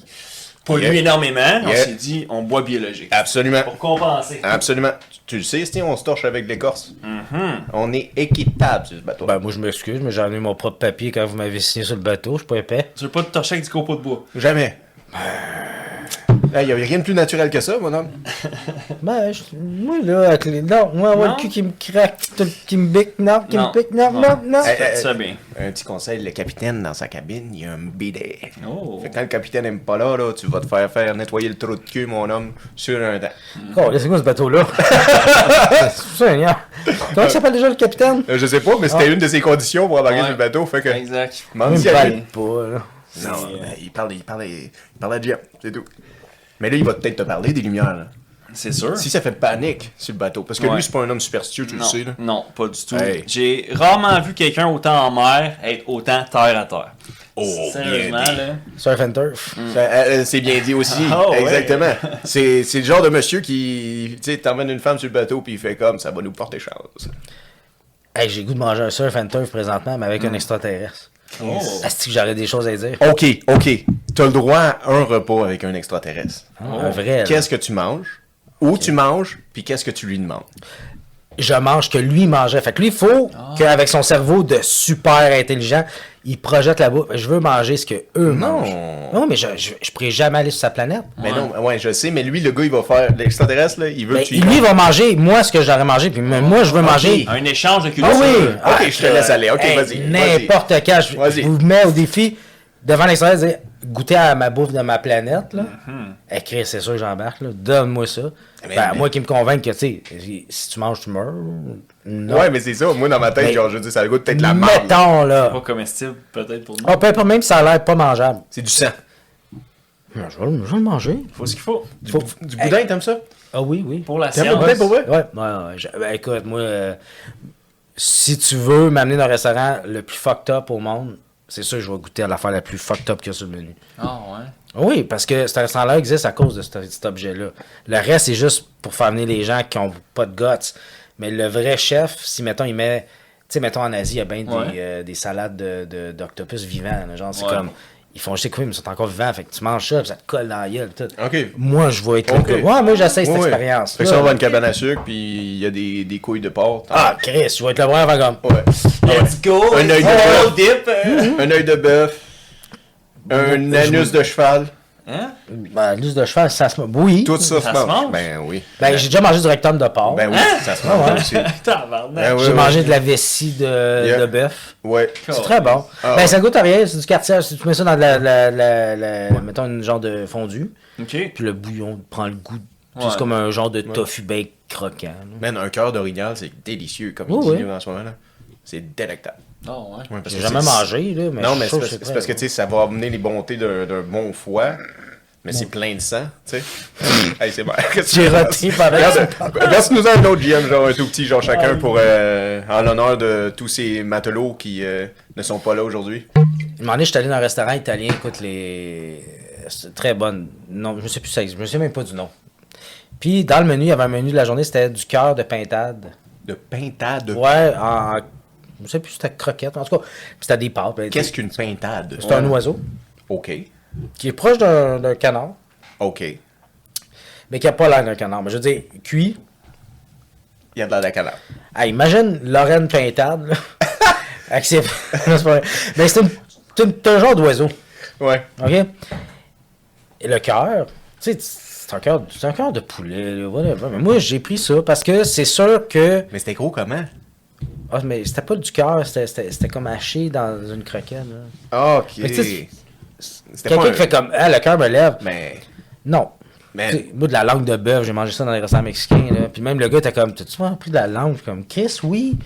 Speaker 3: pollue
Speaker 1: Yeah.
Speaker 3: énormément, on
Speaker 1: Yeah. Ah,
Speaker 3: s'est dit on boit biologique.
Speaker 1: Absolument.
Speaker 3: Pour compenser.
Speaker 1: Absolument. Tu- Tu le sais, Sté, on se torche avec l'écorce.
Speaker 3: Mm-hmm.
Speaker 1: On est équitable sur ce bateau.
Speaker 2: Ben, moi, je m'excuse, mais j'en ai mon propre papier quand vous m'avez signé sur le bateau. Je suis pas épais.
Speaker 3: Tu veux pas te torcher avec du copeau de bois.
Speaker 1: Jamais. Il n'y Ben. a rien de plus naturel que ça, mon homme.
Speaker 2: Ben, je- moi, là, avec les... Non, moi, moi,
Speaker 3: Non.
Speaker 2: le cul qui me craque, tout le- qui me bique, non, qui
Speaker 3: Non.
Speaker 2: me pique, non,
Speaker 3: Non.
Speaker 2: non, non.
Speaker 1: Eh,
Speaker 3: Faites
Speaker 1: eh,
Speaker 3: ça bien.
Speaker 1: Un petit conseil, le capitaine, dans sa cabine, il y a un bidet.
Speaker 3: Oh.
Speaker 1: Fait que quand le capitaine aime pas là, là, tu vas te faire faire nettoyer le trou de cul, mon homme, sur un dent.
Speaker 2: Oh, c'est quoi ce bateau-là? Seigneur. Comment il s'appelle déjà le capitaine?
Speaker 1: Euh, je sais pas, mais c'était une de ses conditions pour embarquer
Speaker 3: Ah. Ouais.
Speaker 1: sur le bateau, fait que...
Speaker 3: Exact.
Speaker 1: M'en
Speaker 2: Il
Speaker 1: dis
Speaker 2: me
Speaker 1: à
Speaker 2: parle
Speaker 1: lui.
Speaker 2: pas, là.
Speaker 1: Non, mais ben, il parle, il parle, il parle à Jim, c'est tout. Mais là, il va peut-être te parler des lumières, là.
Speaker 3: C'est sûr.
Speaker 1: Si ça fait panique sur le bateau, parce que
Speaker 3: Ouais.
Speaker 1: lui, c'est pas un homme superstitieux, tu le
Speaker 3: non,
Speaker 1: sais, là.
Speaker 3: non, pas du tout.
Speaker 1: Hey.
Speaker 3: J'ai rarement vu quelqu'un autant en mer être autant terre à terre.
Speaker 1: Oh,
Speaker 3: Sérieusement,
Speaker 1: bien dit.
Speaker 3: là.
Speaker 2: Surf and turf.
Speaker 3: Mm.
Speaker 1: Ça, euh, euh, c'est bien dit aussi.
Speaker 3: Ah, ouais.
Speaker 1: Exactement. C'est, c'est le genre de monsieur qui, tu sais, t'emmènes une femme sur le bateau puis il fait comme ça va nous porter chance.
Speaker 2: Hey, j'ai le goût de manger un surf and turf présentement, mais
Speaker 3: Mm.
Speaker 2: avec un extraterrestre.
Speaker 3: Oh.
Speaker 2: Est-ce que j'aurais des choses à dire?
Speaker 1: Ok, ok. T'as le droit à un repas avec un extraterrestre.
Speaker 3: Oh,
Speaker 2: Un vrai. là.
Speaker 1: Qu'est-ce que tu manges Où tu manges, puis qu'est-ce que tu lui demandes.
Speaker 2: je mange que lui mangeait. Fait que lui, il faut
Speaker 1: Ah.
Speaker 2: qu'avec son cerveau de super intelligent, il projette la bouffe. Je veux manger ce que eux mangent. Non, mais je, je, je pourrais jamais aller sur sa planète.
Speaker 1: Mais non, ouais, je sais, mais lui, le gars, il va faire. L'extraterrestre, là, il veut
Speaker 2: Ben,
Speaker 1: que tu. y
Speaker 2: lui va manger, moi, ce que j'aurais mangé, puis même moi, je veux manger.
Speaker 3: Un échange de
Speaker 2: Ah
Speaker 3: culture.
Speaker 2: oui!
Speaker 1: Ok, je te laisse aller. Ok,
Speaker 2: Hey,
Speaker 1: vas-y, vas-y.
Speaker 2: N'importe quand, je
Speaker 1: Vas-y.
Speaker 2: je vous mets au défi devant l'extraterrestre, dire goûter à ma bouffe de ma planète. Là. Eh, Chris, c'est sûr que j'embarque. là. Donne-moi ça.
Speaker 1: Mm-hmm. Mais-
Speaker 2: Ben,
Speaker 1: mais-
Speaker 2: Moi qui me convainc que, tu sais, si tu manges, tu meurs. Non.
Speaker 1: Ouais, mais c'est ça. Moi, dans ma tête,
Speaker 2: Mais-
Speaker 1: genre, je dis, ça goûte peut-être de la merde. là.
Speaker 2: Mettons, là.
Speaker 3: Pas comestible, peut-être pour nous.
Speaker 1: Ah.
Speaker 2: On peut pas, même si ça a l'air pas mangeable.
Speaker 1: C'est du sang.
Speaker 2: Ben, Je vais, le- je vais le manger.
Speaker 3: Faut ce qu'il faut.
Speaker 1: Du,
Speaker 2: Faut-
Speaker 1: du boudin,
Speaker 2: Hey.
Speaker 1: t'aimes ça?
Speaker 2: Ah oui, oui.
Speaker 3: Pour la
Speaker 1: T'as pas
Speaker 3: science.
Speaker 1: de blé pour vrai?
Speaker 2: Ouais, ouais, ouais, je- ben, écoute, moi, euh, si tu veux m'amener dans le restaurant le plus fucked up au monde, c'est sûr que je vais goûter à l'affaire la plus fucked up qu'il y a sur le menu.
Speaker 3: Ah ouais.
Speaker 2: Oui, parce que ce restaurant-là existe à cause de ce- cet objet-là. Le reste, c'est juste pour faire venir les gens qui ont pas de guts. Mais le vrai chef, si mettons, il met. Tu sais, mettons, en Asie, il y a bien
Speaker 3: Ouais.
Speaker 2: des, euh, des salades de- de- d'octopus vivants. là. genre, c'est
Speaker 3: Ouais.
Speaker 2: comme. Ils font juste écouter, mais ils sont encore vivants. Fait que tu manges ça, puis ça te colle dans la gueule. puis tout.
Speaker 1: Ok.
Speaker 2: Moi, je vais être.
Speaker 1: Ok.
Speaker 2: le gars. Ouais, moi, j'essaie cette
Speaker 1: Ouais, ouais.
Speaker 2: expérience.
Speaker 1: Fait que ça, on va à une cabane à sucre, puis il y a des, des couilles de porc. T'en-
Speaker 2: Ah, Chris, je vais être le brave avant comme.
Speaker 1: Ouais.
Speaker 3: Let's go!
Speaker 1: Un œil de Mmh,
Speaker 3: Oh,
Speaker 1: bœuf.
Speaker 3: dip! euh.
Speaker 1: Un œil de bœuf. Un anus de cheval.
Speaker 3: Hein?
Speaker 2: Ben, l'us de cheval, ça se Hein? mange. Oui.
Speaker 1: Tout ça,
Speaker 3: Ça
Speaker 1: se
Speaker 3: se mange?
Speaker 1: Ben oui.
Speaker 2: Ben, j'ai déjà mangé du rectum de porc.
Speaker 1: Ben oui, ça se
Speaker 2: Ah
Speaker 1: mange aussi.
Speaker 3: Tabarnak.
Speaker 1: Ben oui,
Speaker 2: j'ai
Speaker 1: oui.
Speaker 2: mangé de la vessie de,
Speaker 1: Yeah.
Speaker 2: de bœuf.
Speaker 1: Ouais.
Speaker 2: C'est très bon.
Speaker 1: Ah
Speaker 2: ben,
Speaker 1: ouais.
Speaker 2: ça goûte à rien. C'est du quartier. Si tu mets ça dans de la, la, la, la- mettons, une genre de fondue.
Speaker 3: Ok.
Speaker 2: Puis le bouillon prend le goût. Tu sais,
Speaker 3: Ouais.
Speaker 2: C'est comme un genre de tofu bake croquant. là.
Speaker 1: Man, un cœur d'orignal, c'est délicieux, comme
Speaker 2: Oui,
Speaker 1: il dit
Speaker 2: oui.
Speaker 1: en ce moment. là. C'est délectable.
Speaker 3: Ah ouais.
Speaker 1: Ouais, parce
Speaker 2: Oh, J'ai
Speaker 1: que
Speaker 2: jamais
Speaker 1: c'est-
Speaker 2: mangé, là. Mais
Speaker 1: Non,
Speaker 2: je
Speaker 1: mais
Speaker 2: suis sûr
Speaker 1: c'est
Speaker 2: que
Speaker 1: parce,
Speaker 2: c'est
Speaker 1: c'est
Speaker 2: très
Speaker 1: parce que,
Speaker 2: bon.
Speaker 1: tu sais, ça va amener les bontés d'un d'un bon foie, mais c'est plein de sang, tu sais. hey, c'est bon. Qu'est-ce que
Speaker 2: J'ai
Speaker 1: tu
Speaker 2: raté
Speaker 1: penses?
Speaker 2: par
Speaker 1: Regarde, Lance-nous un autre GM, genre un tout petit, genre chacun, pour euh, en l'honneur de tous ces matelots qui euh, ne sont pas là aujourd'hui.
Speaker 2: Un moment donné, j'étais allé dans un restaurant italien, écoute, les. C'est très bonne. Non, je sais plus ça, existe, je me souviens même pas du nom. Puis dans le menu, il y avait un menu de la journée, c'était du cœur de pintade.
Speaker 1: De pintade.
Speaker 2: Ouais, en. Je sais plus, c'était croquette, en tout cas. Puis c'était des pâtes. ben,
Speaker 1: Qu'est-ce qu'une pintade?
Speaker 2: C'est un oiseau
Speaker 1: OK.
Speaker 2: qui est proche d'un d'un canard,
Speaker 1: OK. Il
Speaker 2: mais qui a pas l'air d'un canard. Mais je veux dire, cuit.
Speaker 1: y a de la canard.
Speaker 2: Ah, imagine Lorraine Pintade, là. Avec ses- Non, c'est pas vrai. Mais c'est une- c'est une- c'est un genre d'oiseau.
Speaker 1: Ouais.
Speaker 2: OK? Et le cœur, tu sais, c'est un cœur, c'est un cœur de poulet, là, whatever. Mais moi, j'ai pris ça parce que c'est sûr que.
Speaker 1: Mais c'était gros comment?
Speaker 2: Ah, mais c'était pas du cœur, c'était- c'était c'était comme haché dans une croquette, là.
Speaker 1: OK.
Speaker 2: Mais tu sais,
Speaker 1: C'était pas
Speaker 2: Quelqu'un
Speaker 1: un-
Speaker 2: qui fait comme, ah, le cœur me lève.
Speaker 1: Mais...
Speaker 2: Non.
Speaker 1: Mais-
Speaker 2: Tu sais, Moi, de la langue de bœuf, j'ai mangé ça dans les restaurants mexicains, là. Puis même le gars, t'as comme, t'as-tu vraiment pris de la langue? Je suis Comme, Chris, oui.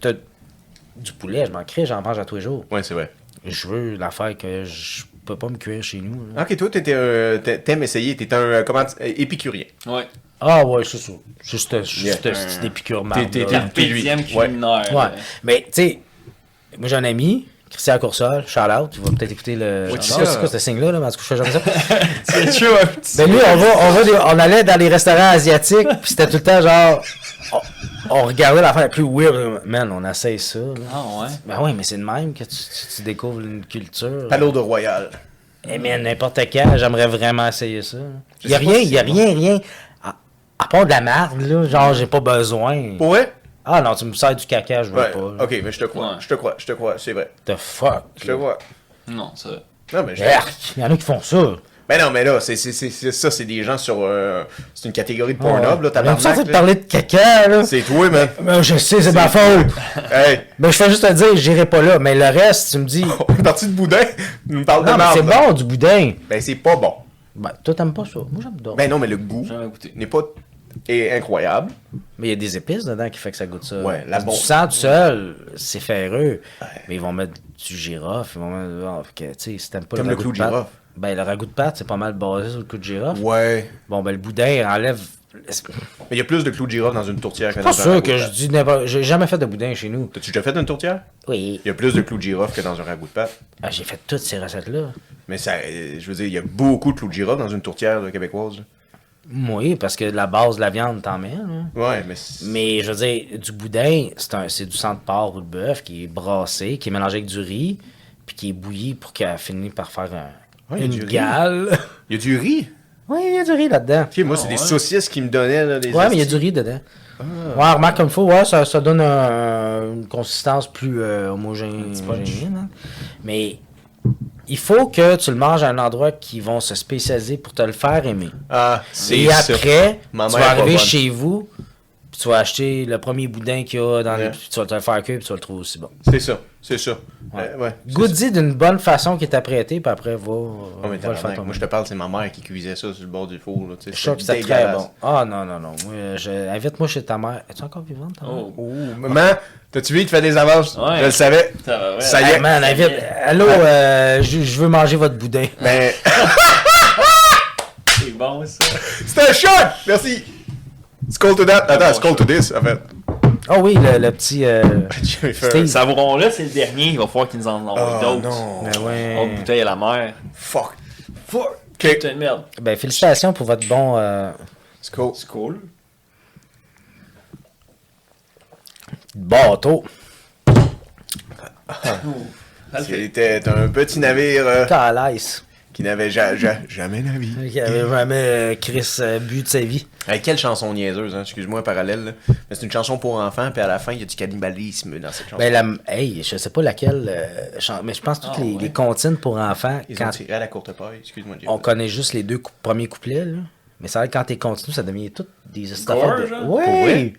Speaker 2: T'as du poulet, je m'en crée, j'en mange à tous les jours.
Speaker 1: Ouais, c'est vrai.
Speaker 2: Je veux l'affaire que je peux pas me cuire chez nous, là.
Speaker 1: Ok, toi, t'étais, euh, t'a- t'aimes essayer, t'es un euh, comment, tu- euh, épicurien.
Speaker 3: Ouais.
Speaker 2: Ah, ouais, c'est ça. Juste, juste,
Speaker 1: Yeah.
Speaker 2: juste des piqûres marde,
Speaker 1: t'es-
Speaker 2: là.
Speaker 1: t'es- Puis lui.
Speaker 3: Deuxième
Speaker 1: Ouais.
Speaker 3: culinaire.
Speaker 2: Ouais. Mais, tu sais, moi, j'ai un ami, Christian Coursol, shout out, tu vas peut-être écouter le.
Speaker 1: Ouais, tu
Speaker 2: Je sais pas
Speaker 1: sais,
Speaker 2: c'est quoi
Speaker 1: euh,
Speaker 2: ce signe-là, là, mais en tout cas, je fais jamais ça.
Speaker 1: C'est chaud, un petit.
Speaker 2: Ben lui, on, va, on, va des- on allait dans les restaurants asiatiques, puis c'était tout le temps genre. On, on regardait l'affaire la plus weird. Man, on essaye ça. là.
Speaker 3: Ah ouais.
Speaker 2: Ben oui, mais c'est de même que tu, tu- tu découvres une culture.
Speaker 1: Palo de Royal.
Speaker 2: Eh bien, n'importe quand, j'aimerais vraiment essayer ça. Il y a
Speaker 1: sais pas
Speaker 2: rien,
Speaker 1: si
Speaker 2: il y a
Speaker 1: c'est
Speaker 2: rien, rien. À, à part de la marde, là, genre, j'ai pas besoin.
Speaker 1: Pour vrai?
Speaker 2: Ah non, tu me sers du caca, je veux
Speaker 1: Ouais.
Speaker 2: pas. là.
Speaker 1: Ok, mais je te crois,
Speaker 3: Ouais.
Speaker 1: je te crois, je te crois, c'est vrai.
Speaker 2: The fuck.
Speaker 1: Je te crois.
Speaker 3: Non, ça.
Speaker 1: Non, mais je te-
Speaker 2: Il y en a qui font ça.
Speaker 1: Ben non, mais là, c'est, c'est, c'est, c'est- ça, c'est des gens sur. euh, c'est une catégorie de pornob, là,
Speaker 2: On a
Speaker 1: tabarnak. là.
Speaker 2: de parler de caca, là.
Speaker 1: C'est toi, man.
Speaker 2: Ben, je sais, c'est ma faute.
Speaker 1: hey,
Speaker 2: Mais je fais juste te dire, j'irai pas là. Mais le reste, tu me dis.
Speaker 1: on est parti de boudin, nous me parle de
Speaker 2: Non, mais
Speaker 1: marde.
Speaker 2: c'est
Speaker 1: là.
Speaker 2: bon du boudin.
Speaker 1: Ben c'est pas bon.
Speaker 2: Ben, toi, t'aimes pas ça. Moi, j'aime ça.
Speaker 1: Ben non, mais le goût
Speaker 3: Jamais goûté.
Speaker 1: n'est pas. est incroyable.
Speaker 2: mais il y a des épices dedans qui fait que ça goûte ça.
Speaker 1: Ouais, la
Speaker 2: Parce que
Speaker 1: bombe.
Speaker 2: Du sang tout seul, c'est ferreux. Mais ils vont mettre du girofle. Ils vont mettre. ah, fait que, tu sais, si t'aimes pas
Speaker 1: Comme le clou
Speaker 2: ragoût de
Speaker 1: de
Speaker 2: pâte-
Speaker 1: girofle.
Speaker 2: Ben, le ragoût de pâte, c'est pas mal basé sur le clou de girofle.
Speaker 1: Ouais.
Speaker 2: Bon, ben, le boudin enlève. C'est
Speaker 1: Mais il y a plus de clous de girofle dans une tourtière que
Speaker 2: pas
Speaker 1: dans un
Speaker 2: sûr
Speaker 1: ragoût
Speaker 2: que
Speaker 1: de
Speaker 2: je
Speaker 1: pâte.
Speaker 2: dis n'importe. J'ai jamais fait de boudin chez nous.
Speaker 1: T'as-tu déjà fait une tourtière?
Speaker 2: Oui.
Speaker 1: Il y a plus de clous de girofle que dans un ragoût de pâte.
Speaker 2: Ah, j'ai fait toutes ces recettes-là.
Speaker 1: Mais ça, euh, je veux dire, il y a beaucoup de clous de girofle dans une tourtière là, québécoise. là.
Speaker 2: Oui, parce que la base de la viande, t'en mets, là.
Speaker 1: Ouais, mais. c'est-
Speaker 2: Mais je veux dire, du boudin, c'est un- c'est du sang de porc ou de bœuf qui est brassé, qui est mélangé avec du riz, puis qui est bouilli pour qu'elle finisse par faire un-
Speaker 1: Ouais, il y a
Speaker 2: une
Speaker 1: du riz.
Speaker 2: gale.
Speaker 1: Il y a du riz.
Speaker 2: Oui, il y a du riz là-dedans.
Speaker 1: Ok, moi, c'est des saucisses qui me donnaient, là, des
Speaker 2: Ouais, mais il y a
Speaker 1: estis-
Speaker 2: du riz dedans. Ouais, remarque comme il faut, ouais, ça, ça donne un- une consistance plus euh, homogène. homogénée, hein. Mais il faut que tu le manges à un endroit qui vont se spécialiser pour te le faire aimer.
Speaker 1: Ah, c'est
Speaker 2: Et
Speaker 1: ça.
Speaker 2: après,
Speaker 1: Ma
Speaker 2: tu
Speaker 1: mère
Speaker 2: vas
Speaker 1: est pas
Speaker 2: arriver
Speaker 1: bonne.
Speaker 2: chez vous, puis tu vas acheter le premier boudin qu'il y a dans
Speaker 1: Ouais.
Speaker 2: le... puis tu vas te le faire cuire, puis tu vas le trouver aussi bon.
Speaker 1: C'est ça, c'est ça. Euh, ouais.
Speaker 2: Goûte-y d'une bonne façon qui est apprêtée, puis après, va,
Speaker 1: Ah, mais
Speaker 2: va le faire
Speaker 1: tabarnak,
Speaker 2: toi
Speaker 1: moi, je te parle, c'est ma mère qui cuisait ça sur le bord du four. Là, tu sais,
Speaker 2: Je suis sûr que
Speaker 1: c'était
Speaker 2: c'est très
Speaker 1: dégueulasse.
Speaker 2: bon. Ah non, non, non. Moi, je- Invite-moi chez ta mère. Es-tu encore vivante, ta mère?
Speaker 3: Oh.
Speaker 1: Ouh, maman, t'as-tu vu, il te fait des avances?
Speaker 3: Ouais.
Speaker 1: Je le savais.
Speaker 3: Tabarouette.
Speaker 1: Ça y
Speaker 2: Hey,
Speaker 1: est.
Speaker 2: man, invite. Allô, euh, je, je veux manger votre boudin.
Speaker 1: Mais
Speaker 3: C'est bon ça.
Speaker 1: c'était un shot! Merci! Skull to that. Attends,
Speaker 3: bon
Speaker 1: skull to this, en fait.
Speaker 2: Ah oui, le, le petit. euh,
Speaker 1: J'ai fait un-
Speaker 2: Steve.
Speaker 3: Savouron-là, c'est le dernier. Il va falloir qu'ils nous en envoient
Speaker 1: Oh
Speaker 3: d'autres.
Speaker 1: non!
Speaker 2: ben
Speaker 1: Oh,
Speaker 3: Autre
Speaker 2: ouais.
Speaker 3: bouteille à la mer.
Speaker 1: Fuck!
Speaker 3: Fuck.
Speaker 1: Ok.
Speaker 3: Putain de merde.
Speaker 2: Ben félicitations pour votre bon. euh,
Speaker 1: Skull.
Speaker 3: C'est cool.
Speaker 2: Bateau.
Speaker 1: Ah. C'était un petit navire euh,
Speaker 2: T'as à l'ice.
Speaker 1: qui n'avait ja- ja- jamais navigué.
Speaker 2: Qui avait jamais euh, Chris euh, bu de sa vie.
Speaker 1: Hey, quelle chanson niaiseuse, hein? excuse-moi, parallèle. là. Mais c'est une chanson pour enfants, puis à la fin, il y a du cannibalisme dans cette chanson.
Speaker 2: Ben la. Hey, je sais pas laquelle. euh, chan- mais je pense toutes
Speaker 3: Ah,
Speaker 2: les,
Speaker 3: ouais.
Speaker 2: les comptines pour enfants,
Speaker 1: Ils ont
Speaker 2: quand
Speaker 1: tiré à la courte paille, excuse-moi. Jim.
Speaker 2: on connaît juste les deux cou- premiers couplets, là. Mais ça, quand t'es continu, ça devient tout des
Speaker 3: Gore,
Speaker 2: affaires de...
Speaker 3: genre?
Speaker 1: hein? Pour
Speaker 2: Ouais!
Speaker 1: vrai?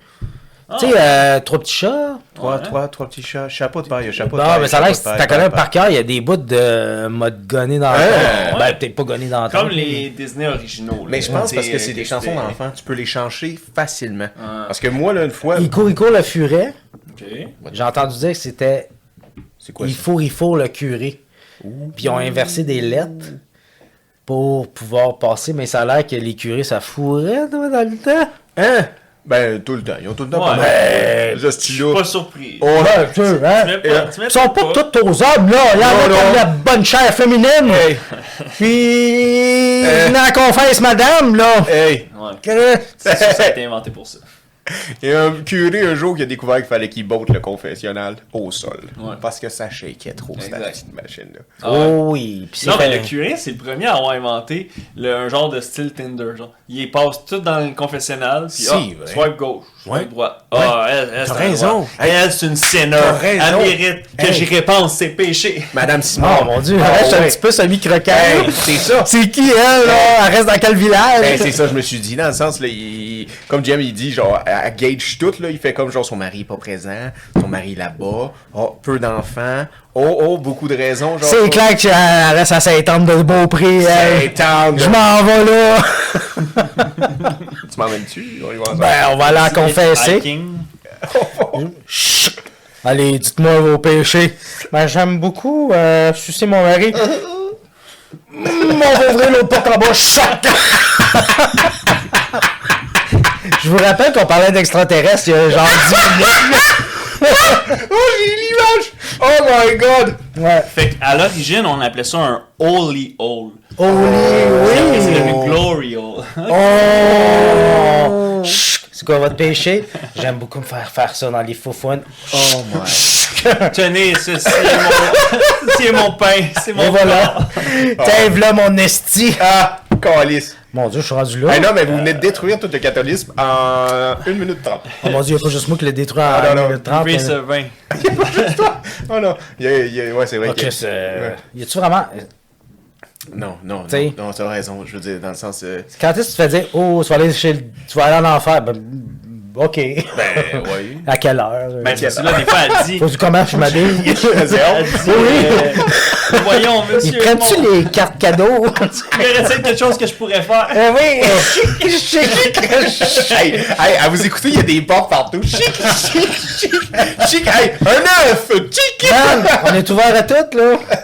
Speaker 1: Ah.
Speaker 2: Tu sais, euh, trois petits chats.
Speaker 1: Trois,
Speaker 3: Ouais.
Speaker 1: trois, trois petits chats, chapeau de paille, chapeau de
Speaker 2: Non,
Speaker 1: paille.
Speaker 2: Bah, mais ça a l'air que
Speaker 1: chapeau de paille,
Speaker 2: t'as connu
Speaker 1: paille,
Speaker 2: par cœur, il y a des bouts de mode gonné dans
Speaker 1: Hein?
Speaker 2: le temps.
Speaker 3: Ouais.
Speaker 2: Ben, peut-être pas gonné dans le
Speaker 3: Comme
Speaker 2: temps.
Speaker 3: les Disney originaux. là.
Speaker 1: Mais je pense
Speaker 3: T'sais,
Speaker 1: parce que c'est
Speaker 3: euh,
Speaker 1: des chansons
Speaker 3: c'était-
Speaker 1: d'enfants, tu peux les changer facilement. Parce que moi, là, une fois.
Speaker 2: Ico, Ico le furet,
Speaker 3: Ok.
Speaker 2: j'ai entendu dire que c'était
Speaker 1: C'est quoi
Speaker 2: Il
Speaker 1: ça?
Speaker 2: faut, il faut le curé. Puis ils ont inversé des lettres pour pouvoir passer, mais ça a l'air que les curés, ça fourrait toi, dans le temps.
Speaker 1: Hein? Ben, tout le temps. Ils ont tout le temps
Speaker 3: Ouais.
Speaker 1: pas mal. Les
Speaker 3: Je suis
Speaker 1: stylos.
Speaker 3: pas surpris.
Speaker 1: Oh là,
Speaker 2: Tu veux, hein?
Speaker 3: mets
Speaker 1: euh,
Speaker 3: pas- tu mets
Speaker 2: Ils sont pas tous aux hommes, là. Là,
Speaker 1: Non,
Speaker 2: là, comme
Speaker 1: non.
Speaker 2: la bonne chair féminine.
Speaker 1: Hey,
Speaker 2: Puis,
Speaker 1: Euh.
Speaker 2: venez en confesse, madame, là.
Speaker 1: hey.
Speaker 3: Ouais.
Speaker 2: Que-
Speaker 3: C'est sûr que ça a été inventé pour ça.
Speaker 1: Il y a un curé un jour qui a découvert qu'il fallait qu'il botte le confessionnal au sol.
Speaker 3: Ouais.
Speaker 1: Parce que ça shakeait trop, cette
Speaker 3: Exact.
Speaker 1: petite machine-là.
Speaker 3: Ah ouais.
Speaker 2: Oh oui. Puis
Speaker 3: Non,
Speaker 2: c'est-
Speaker 3: mais le curé, c'est le premier à avoir inventé le, un genre de style Tinder. Genre. Il passe tout dans le confessionnal, puis
Speaker 1: Si,
Speaker 3: ah,
Speaker 1: vrai.
Speaker 3: swipe gauche, swipe
Speaker 1: Ouais.
Speaker 3: droite. Ah, elle, elle, c'est un
Speaker 1: raison.
Speaker 3: droit. Elle, c'est une
Speaker 1: T'as
Speaker 3: sinner. Elle
Speaker 1: raison.
Speaker 3: mérite que
Speaker 1: Hey.
Speaker 3: j'y réponse ses péchés.
Speaker 1: Madame Simon.
Speaker 2: Oh mon dieu, elle
Speaker 1: Ah,
Speaker 2: reste un
Speaker 1: ouais.
Speaker 2: petit peu semi-croquant.
Speaker 1: Hey, c'est ça.
Speaker 2: C'est qui elle, là? Elle reste dans quel village?
Speaker 1: Ben, c'est ça, je me suis dit, dans le sens, là, il- comme Jim, il dit, genre, à gauge tout, là, il fait comme, genre, son mari est pas présent, son mari est là-bas, oh, peu d'enfants, oh, oh, beaucoup de raisons, genre.
Speaker 2: C'est clair que euh, elle reste à Saint-Anne de Beaupré.
Speaker 1: Ben,
Speaker 2: hey.
Speaker 1: Saint-Anne.
Speaker 2: Je m'en vais là.
Speaker 1: Tu m'emmènes-tu? On y va ensemble.
Speaker 2: Ben, on va la confesser.
Speaker 3: Hiking.
Speaker 2: Chut. Allez, dites-moi vos péchés. Ben, j'aime beaucoup euh, sucer mon mari. Mmh, on va ouvrir l'autre porte en bas. Chac! Je vous rappelle qu'on parlait d'extraterrestres il y a genre 10 minutes.
Speaker 1: Oh, j'ai l'image! Oh my god!
Speaker 2: Ouais.
Speaker 3: Fait qu'à l'origine, on appelait ça un holy hole.
Speaker 2: Oh oui,
Speaker 3: C'est
Speaker 2: oui.
Speaker 3: devenu glory hole.
Speaker 2: Oh! Chut. C'est quoi votre péché? J'aime beaucoup me faire faire ça dans les foufounes.
Speaker 1: Oh my.
Speaker 3: Tenez, ceci est mon, ceci est mon pain. C'est mon
Speaker 2: Et voilà!
Speaker 3: corps.
Speaker 2: T'es là mon esti!
Speaker 1: Ah! Calice!
Speaker 2: Mon dieu, je suis rendu là.
Speaker 1: Hey, non, mais vous venez de détruire tout le catholisme en 1 minute 30.
Speaker 2: Oh mon dieu, il a pas juste moi qui l'ai détruit en
Speaker 1: Ah, non, non.
Speaker 2: 30.
Speaker 3: Puis ce
Speaker 1: ben,
Speaker 3: vin.
Speaker 1: Oh non! Il y a- il y a- ouais, c'est vrai
Speaker 2: Ok,
Speaker 1: que-
Speaker 2: c'est.
Speaker 1: Ouais.
Speaker 2: Ah, euh, Y a-tu vraiment.
Speaker 1: Non, non,
Speaker 2: T'sais.
Speaker 1: non, non, t'as raison, je veux dire, dans le sens. euh,
Speaker 2: Quand est-ce que tu te fais dire, oh, tu vas aller, chez le- tu vas aller en enfer? Ben, ok.
Speaker 1: Ben, oui.
Speaker 2: à quelle heure? Euh,
Speaker 3: Ben, c'est là, des fois, elle dit.
Speaker 1: Oh,
Speaker 2: Faut du comment je m'habille?
Speaker 1: C'est
Speaker 3: dit, euh, voyons,
Speaker 2: Ils
Speaker 3: monsieur.
Speaker 2: prennent-tu
Speaker 3: mon-
Speaker 2: les cartes cadeaux?
Speaker 3: Il y aurait peut-être quelque chose que je pourrais faire.
Speaker 2: Eh oui! Je sais que je-
Speaker 1: hey, hey, à vous écouter, il y a des portes partout. Chic, chic, chic, chic. Hey, un œuf, chic.
Speaker 2: Man, on est ouvert à tout, là! Ah!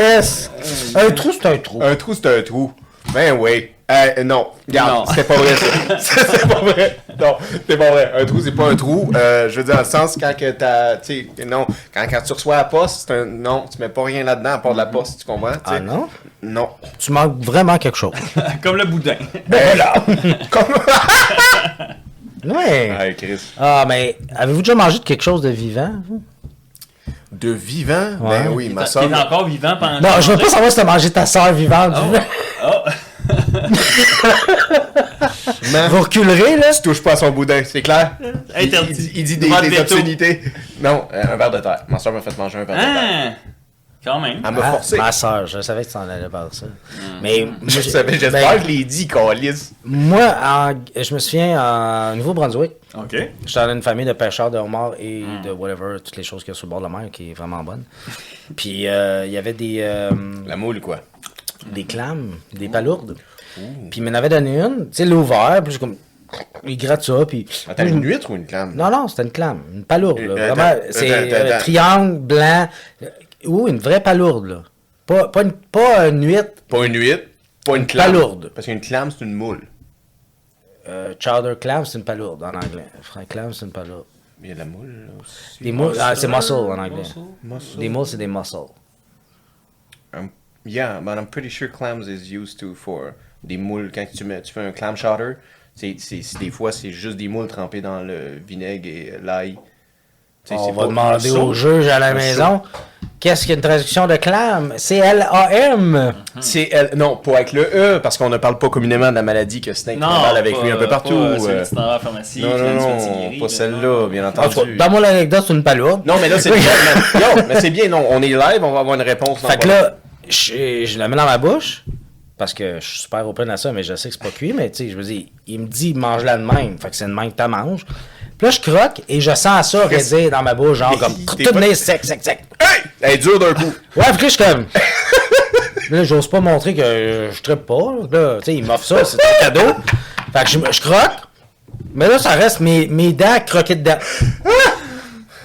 Speaker 2: Yes! Un trou, c'est un trou.
Speaker 1: Un trou, c'est un trou. Ben oui. Euh, non,
Speaker 3: Non.
Speaker 1: regarde, c'était pas vrai ça. c'est pas vrai. Non, c'est pas vrai. Un trou, c'est pas un trou. Euh, je veux dire, dans le sens, quand que t'as. Tu sais, non, quand, quand tu reçois la poste, c'est un. Non, tu mets pas rien là-dedans à part de la poste, tu comprends? tu sais?
Speaker 2: Ah non?
Speaker 1: Non.
Speaker 2: Tu manques vraiment quelque chose.
Speaker 3: Comme le boudin.
Speaker 1: Ben là! Comme.
Speaker 2: Ouais!
Speaker 1: hey, Chris.
Speaker 2: Ah, mais avez-vous déjà mangé de quelque chose de vivant? vous?
Speaker 1: De vivant?
Speaker 2: Ouais.
Speaker 1: Ben oui, ma
Speaker 3: Parce qu'il est
Speaker 1: soeur.
Speaker 3: encore vivant pendant. Ah
Speaker 1: Ah,
Speaker 2: Non, je veux pas savoir si t'as mangé ta soeur vivante.
Speaker 3: Oh.
Speaker 1: Man,
Speaker 2: Vous reculerez, là?
Speaker 1: tu touches pas à son boudin, c'est clair? Il,
Speaker 3: Hein? Interdit.
Speaker 1: il dit- il dit des,
Speaker 3: Droit de
Speaker 1: des
Speaker 3: veto.
Speaker 1: obscénités. Non, euh, un verre de terre. Ma soeur m'a fait manger un verre de terre.
Speaker 3: Hein? Quand même.
Speaker 1: Elle m'a
Speaker 2: Ah,
Speaker 1: forcé. Hmm.
Speaker 2: Ma soeur, je savais que tu en allais par ça. Mais moi,
Speaker 1: Je
Speaker 2: j'ai-
Speaker 1: savais, j'espère
Speaker 2: ben,
Speaker 1: que je l'ai dit, Calis.
Speaker 2: moi, en- je me souviens, en Nouveau-Brunswick,
Speaker 3: OK.
Speaker 2: J'étais dans une famille de pêcheurs de homards et
Speaker 1: Hmm.
Speaker 2: de whatever, toutes les choses qu'il y a sur le bord de la mer qui est vraiment bonne. Puis euh, il y avait des, euh,
Speaker 1: La moule, quoi.
Speaker 2: des clams, des palourdes. Puis il m'en avait donné une, tu sais, l'ouvert, puis j'ai comme. Il gratte ça, puis.
Speaker 1: Attends, une huître ou une clame?
Speaker 2: Non, non, c'était une clame, une palourde. là.
Speaker 1: Euh,
Speaker 2: Vraiment,
Speaker 1: attends,
Speaker 2: c'est
Speaker 1: attends,
Speaker 2: euh,
Speaker 1: attends.
Speaker 2: triangle, blanc. euh, Ou une vraie palourde, là. Pas, pas, une, pas une huître
Speaker 1: Pas une huître, pas une clame.
Speaker 2: palourde.
Speaker 1: Parce qu'une clame, c'est une moule.
Speaker 2: euh, chowder clam, c'est une palourde en anglais. Frank clam, c'est une palourde.
Speaker 1: Il y a de la moule, là, aussi.
Speaker 2: Des mou- ah, c'est muscle en anglais.
Speaker 3: Muscle.
Speaker 1: Muscle.
Speaker 2: Des moules, c'est des muscles.
Speaker 1: Um, yeah, but I'm pretty sure clams is used to for des moules. Quand tu, mets, tu fais un clam chowder, c'est, c'est, c'est- des fois, c'est juste des moules trempées dans le vinaigre et euh, l'ail. Tu sais,
Speaker 2: Ah, On
Speaker 1: c'est
Speaker 2: va
Speaker 1: pas-
Speaker 2: demander
Speaker 1: Ça,
Speaker 2: au juge à la
Speaker 1: Un
Speaker 2: maison qu'est-ce qu'une traduction de clam C-L-A-M.
Speaker 3: Hmm.
Speaker 1: C'est elle- Non, pas avec le E, parce qu'on ne parle pas communément de la maladie que Snake
Speaker 3: Non,
Speaker 1: travaille avec
Speaker 3: pas-
Speaker 1: lui un peu partout.
Speaker 3: Pas, euh, celui
Speaker 1: euh,
Speaker 3: qui s'en va à la pharmacie.
Speaker 1: non,
Speaker 3: qui
Speaker 1: non,
Speaker 3: vient de se
Speaker 1: non,
Speaker 3: faire tirer,
Speaker 1: pas
Speaker 3: là,
Speaker 1: celle-là,
Speaker 3: non.
Speaker 1: bien
Speaker 2: En tout cas,
Speaker 1: entendu.
Speaker 2: dans mon anecdote, c'est une palourde.
Speaker 1: Non, mais là, c'est bien. man. Non, mais c'est bien. Non, on est live, on va avoir une réponse. dans
Speaker 2: Fait que
Speaker 1: pas-
Speaker 2: là, je, je la mets dans ma bouche parce que je suis super open à ça, mais je sais que c'est pas cuit, mais tu sais, je me dis, il me dit mange-la de même. Fait que c'est de même que t'as manges. Puis là, je croque et je sens ça raidir dans ma bouche, genre comme
Speaker 1: T'es
Speaker 2: tout
Speaker 1: pas-
Speaker 2: nez sec, sec, sec.
Speaker 1: Hey! Elle est dure d'un coup.
Speaker 2: Ouais, puis là, je suis comme. là, j'ose pas montrer que je trippe pas. Là, tu sais, il m'offre ça, c'est un cadeau. Fait que je, me- je croque. Mais là, ça reste mes, mes dents croquées dedans. Puis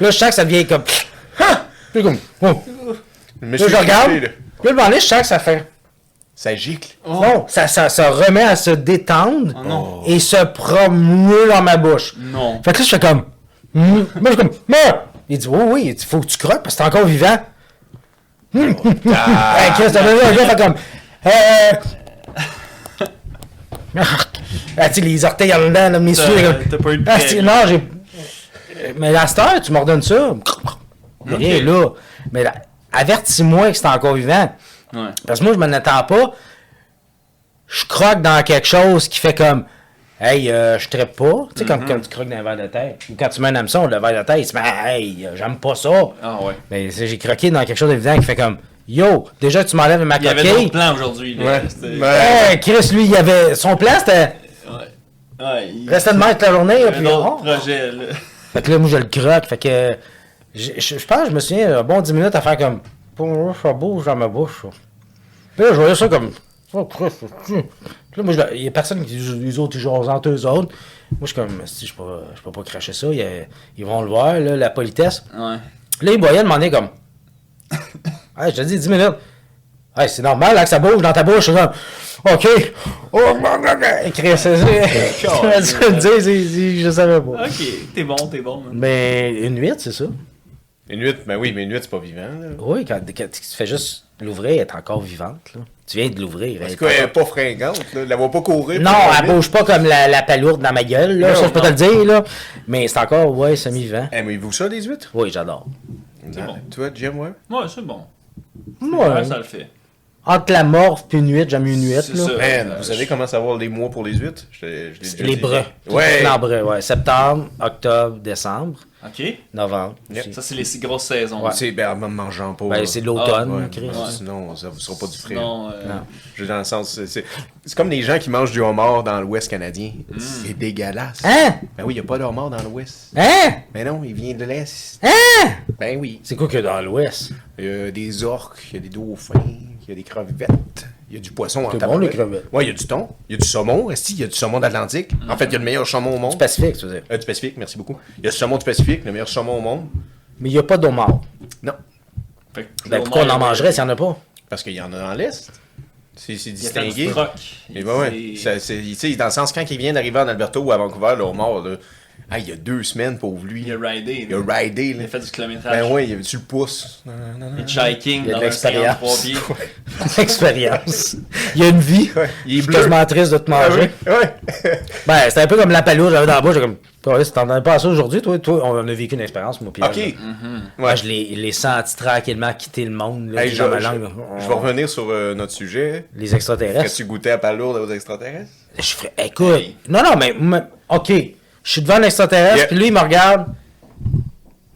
Speaker 2: là, je sens que ça devient comme. Puis comme. oh.
Speaker 1: Mais
Speaker 2: Là, je regarde. Puis là, le moment donné, je sens que ça fait.
Speaker 1: Ça gicle.
Speaker 2: Non, ça, ça, ça remet à se détendre et se promener dans ma bouche.
Speaker 3: Non.
Speaker 2: Fait que là, je fais comme. hmm. Moi, je suis comme. Meurs! Il dit, oui, oui, il faut que tu croques parce que t'es encore vivant.
Speaker 1: Ah,
Speaker 2: Hey, Chris, t'as vu un gars fait comme. Euh... ah, tu sais, les orteils en dedans, là, mes
Speaker 3: T'as-
Speaker 2: souliers, comme-
Speaker 3: t'as pas eu de
Speaker 2: Ah,
Speaker 3: plaie,
Speaker 2: tu sais,
Speaker 3: là.
Speaker 2: non, j'ai. Mais la star, tu m'ordonnes ça. Rien, là. Mais là, avertis-moi que c'est encore vivant.
Speaker 3: Ouais.
Speaker 2: Parce que moi, je m'en attends pas. Je croque dans quelque chose qui fait comme. Hey, euh, je traite pas. Tu sais,
Speaker 3: Mm-hmm.
Speaker 2: comme quand tu croques dans un verre de terre. Ou quand tu mets un hameçon, le verre de terre, il se met Hey, euh, j'aime pas ça.
Speaker 3: Ah ouais.
Speaker 2: Mais Ben, c'est- j'ai croqué dans quelque chose d'évident qui fait comme Yo, déjà tu m'enlèves ma
Speaker 3: Il y avait d'autres
Speaker 2: coquille.
Speaker 3: plans aujourd'hui. là.
Speaker 1: Ouais.
Speaker 3: C'était-
Speaker 1: Ouais.
Speaker 2: Hey, Chris, lui, il avait. Son plan, c'était
Speaker 3: Ouais. Ouais, il-
Speaker 2: rester de même toute la journée.
Speaker 3: il y
Speaker 2: là,
Speaker 3: avait
Speaker 2: puis
Speaker 3: d'autres
Speaker 2: oh.
Speaker 3: projets, là.
Speaker 2: Fait que là, moi, je le croque. Fait que. Je, je- je pense, je me souviens, un bon 10 minutes à faire comme. Pour ça bouge dans ma bouche. ça. Puis là, je voyais ça comme. Oh, Chris, c'est-tu? Puis là, moi, je- il y a personne qui. Les autres, ils jouent entre eux autres. Moi, je suis comme. Si, je peux, je peux pas cracher ça. Il y a- ils vont le voir, là, la politesse.
Speaker 3: Ouais.
Speaker 2: Là, il me voyait demander comme. Hey, je te dis 10 minutes. Hey, c'est normal là, que ça bouge dans ta bouche. Je suis comme. OK. Oh, blablabla. Chris, c'est- c'est- tu m'as dit de le dire, c'est- c'est- je savais pas.
Speaker 3: Ok, t'es bon, t'es bon. man.
Speaker 2: Mais une huître, c'est ça.
Speaker 1: Une huître, ben oui, mais une huître, c'est pas vivant. Là.
Speaker 2: Oui, quand, quand tu fais juste l'ouvrir, elle est encore vivante. Là. Tu viens de l'ouvrir. elle
Speaker 1: Parce
Speaker 2: est
Speaker 1: qu'elle est
Speaker 2: encore-
Speaker 1: pas fringante. Là. Elle va pas courir.
Speaker 2: Non,
Speaker 1: pour
Speaker 2: elle
Speaker 1: la
Speaker 2: bouge pas comme la, la palourde dans ma gueule. Là.
Speaker 1: Non,
Speaker 2: ça, je peux
Speaker 3: non.
Speaker 2: te le dire. Là. Mais c'est encore, ouais, semi-vivant.
Speaker 1: huître. Aimez-vous ça, des huîtres?
Speaker 2: Oui, j'adore.
Speaker 1: Ah,
Speaker 3: bon.
Speaker 1: Toi, Jim, ouais?
Speaker 3: Ouais, c'est bon.
Speaker 2: Moi,
Speaker 3: Ouais, ça le fait.
Speaker 2: entre la morve puis une huître, j'aime mieux une huître.
Speaker 3: C'est
Speaker 2: là.
Speaker 3: ça.
Speaker 1: Man,
Speaker 3: Euh,
Speaker 1: vous
Speaker 3: je-
Speaker 1: savez comment savoir les mois pour les huîtres? Je l'ai- je l'ai déjà
Speaker 2: Les
Speaker 1: dit.
Speaker 2: bras.
Speaker 1: Ouais.
Speaker 2: Non, bras, ouais. Septembre, octobre, décembre,
Speaker 3: Ok.
Speaker 2: novembre.
Speaker 1: Yep.
Speaker 2: aussi.
Speaker 3: Ça, c'est les six grosses saisons.
Speaker 1: C'est ben, en mangeant pas.
Speaker 2: Ben,
Speaker 1: là.
Speaker 2: c'est de l'automne,
Speaker 1: Ah, Ouais, ouais,
Speaker 2: Chris.
Speaker 1: ouais, Sinon, ça vous sera pas du frais. hein.
Speaker 3: Non, euh,
Speaker 2: Non.
Speaker 1: Je veux dire, dans le sens, c'est- c'est c'est comme les gens qui mangent du homard dans l'Ouest canadien.
Speaker 3: Mm.
Speaker 1: C'est dégueulasse.
Speaker 2: Hein?
Speaker 1: Ben oui, il a pas de homard dans l'Ouest.
Speaker 2: Hein?
Speaker 1: Ben non, il vient de l'Est.
Speaker 2: Hein?
Speaker 1: Ben oui.
Speaker 2: C'est quoi que dans l'ouest?
Speaker 1: Il y a des orques, il y a des dauphins, il y a des crevettes, il y a du poisson en
Speaker 2: C'est bon,
Speaker 1: tabarouette.
Speaker 2: les crevettes.
Speaker 1: Ouais, il y a du thon, il y a du saumon, est-ce qu'il y a du saumon d'Atlantique?
Speaker 3: Mm-hmm.
Speaker 1: En fait, il y a le meilleur saumon au monde.
Speaker 2: Du Pacifique, tu veux dire.
Speaker 1: Euh, du Pacifique, merci beaucoup. Il y a le saumon du Pacifique, le meilleur saumon au monde.
Speaker 2: Mais il n'y a pas d'homard.
Speaker 1: Non,
Speaker 3: fait que
Speaker 2: Ben,
Speaker 3: au
Speaker 2: pourquoi on
Speaker 3: moins,
Speaker 2: en mangerait s'il n'y en a pas?
Speaker 1: parce qu'il y en a dans l'Est. C'est c'est
Speaker 3: Il y a fait
Speaker 1: distingué.
Speaker 3: du troc.
Speaker 1: Et ben ouais, ça,
Speaker 3: C'est-
Speaker 1: c'est- tu sais, dans le sens, quand il vient d'arriver en Alberta ou à Vancouver, le homard, là, Ah, il y a deux semaines, pauvre lui.
Speaker 3: Il a ridé.
Speaker 1: Il a
Speaker 3: là.
Speaker 1: ridé,
Speaker 3: Il
Speaker 1: là.
Speaker 3: a fait du kilométrage.
Speaker 1: Ben ouais, il avait tu le pouce.
Speaker 3: Il est shaking
Speaker 2: Il y a
Speaker 3: dans
Speaker 2: de
Speaker 3: un 53
Speaker 2: l'expérience.
Speaker 3: pieds.
Speaker 2: Expérience. Il y a une vie.
Speaker 1: Ouais. Il est
Speaker 2: Je suis
Speaker 1: bleu.
Speaker 2: quasiment triste de te
Speaker 1: Ah
Speaker 2: manger.
Speaker 1: oui, ouais.
Speaker 2: Ben, c'était un peu comme la palourde, j'avais dans la bouche, j'étais comme, Caliste, t'en as pas assez aujourd'hui, toi, toi, on a vécu une expérience, moi, puis
Speaker 1: Ok. Ben,
Speaker 2: elle, là.
Speaker 1: Ouais.
Speaker 2: Moi, je l'ai, l'ai senti tranquillement quitter le monde, là,
Speaker 1: Hey,
Speaker 2: puis
Speaker 1: je,
Speaker 2: dans ma
Speaker 1: je-
Speaker 2: langue,
Speaker 1: je vais revenir sur euh, notre sujet.
Speaker 2: les extraterrestres.
Speaker 1: Est-ce que tu goûtais à palourde aux extraterrestres?
Speaker 2: Je ferais, écoute, non, non, mais, mais- ok, je suis devant un extraterrestre,
Speaker 1: Yeah.
Speaker 2: puis lui, il me regarde,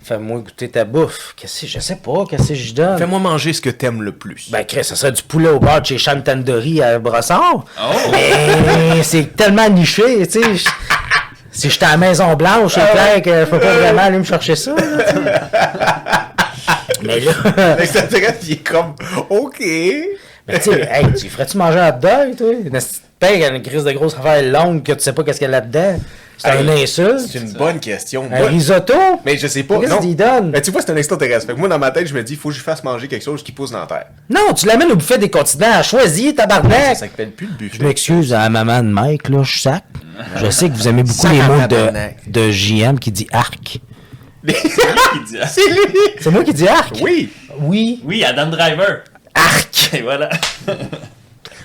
Speaker 2: fais-moi goûter ta bouffe. Qu'est-ce que je sais pas, qu'est-ce que je donne?
Speaker 1: Fais-moi manger ce que t'aimes le plus.
Speaker 2: Ben, Chris, ça serait du poulet au beurre de chez Cham Tandoori à Brossard.
Speaker 1: Ah.
Speaker 3: Oh!
Speaker 2: Mais c'est tellement niché, tu sais. je- Si j'étais à la Maison Blanche, c'est clair que je peux pas vraiment aller me chercher ça. là, tu sais. mais là,
Speaker 1: L'extraterrestre, Ben, il est comme, OK.
Speaker 2: mais tu sais, hey, tu ferais-tu manger un hot dog, toi? Une petite paix avec une crise de grosse affaire longue que tu sais pas qu'est-ce qu'il y a là-dedans. C'est
Speaker 1: Hey,
Speaker 2: une insulte.
Speaker 1: C'est une bonne question.
Speaker 2: Un
Speaker 1: Moi-
Speaker 2: Hein? risotto?
Speaker 1: mais je sais pas.
Speaker 2: Ben Qu'est-ce
Speaker 1: non. Euh,
Speaker 2: qu'il donne?
Speaker 1: Mais tu vois, c'est un extraterrestre. Fait que moi, dans ma tête, je me dis, faut que je fasse manger quelque chose qui pousse dans la terre.
Speaker 2: Non, tu l'amènes au buffet des continents. Choisis,
Speaker 1: Ça
Speaker 2: tabarnak!
Speaker 1: s'appelle plus le buffet.
Speaker 2: Je m'excuse à la maman de Mike, là, je sac. Je sais que vous aimez beaucoup
Speaker 1: Sac
Speaker 2: les
Speaker 1: en
Speaker 2: mots
Speaker 1: tabarnak.
Speaker 2: de, de JM qui dit arc.
Speaker 3: Il dit, ah,
Speaker 1: C'est lui!
Speaker 2: C'est moi qui dis arc?
Speaker 1: Oui!
Speaker 2: Oui.
Speaker 3: Oui, Adam Driver.
Speaker 1: Arc!
Speaker 3: Et voilà.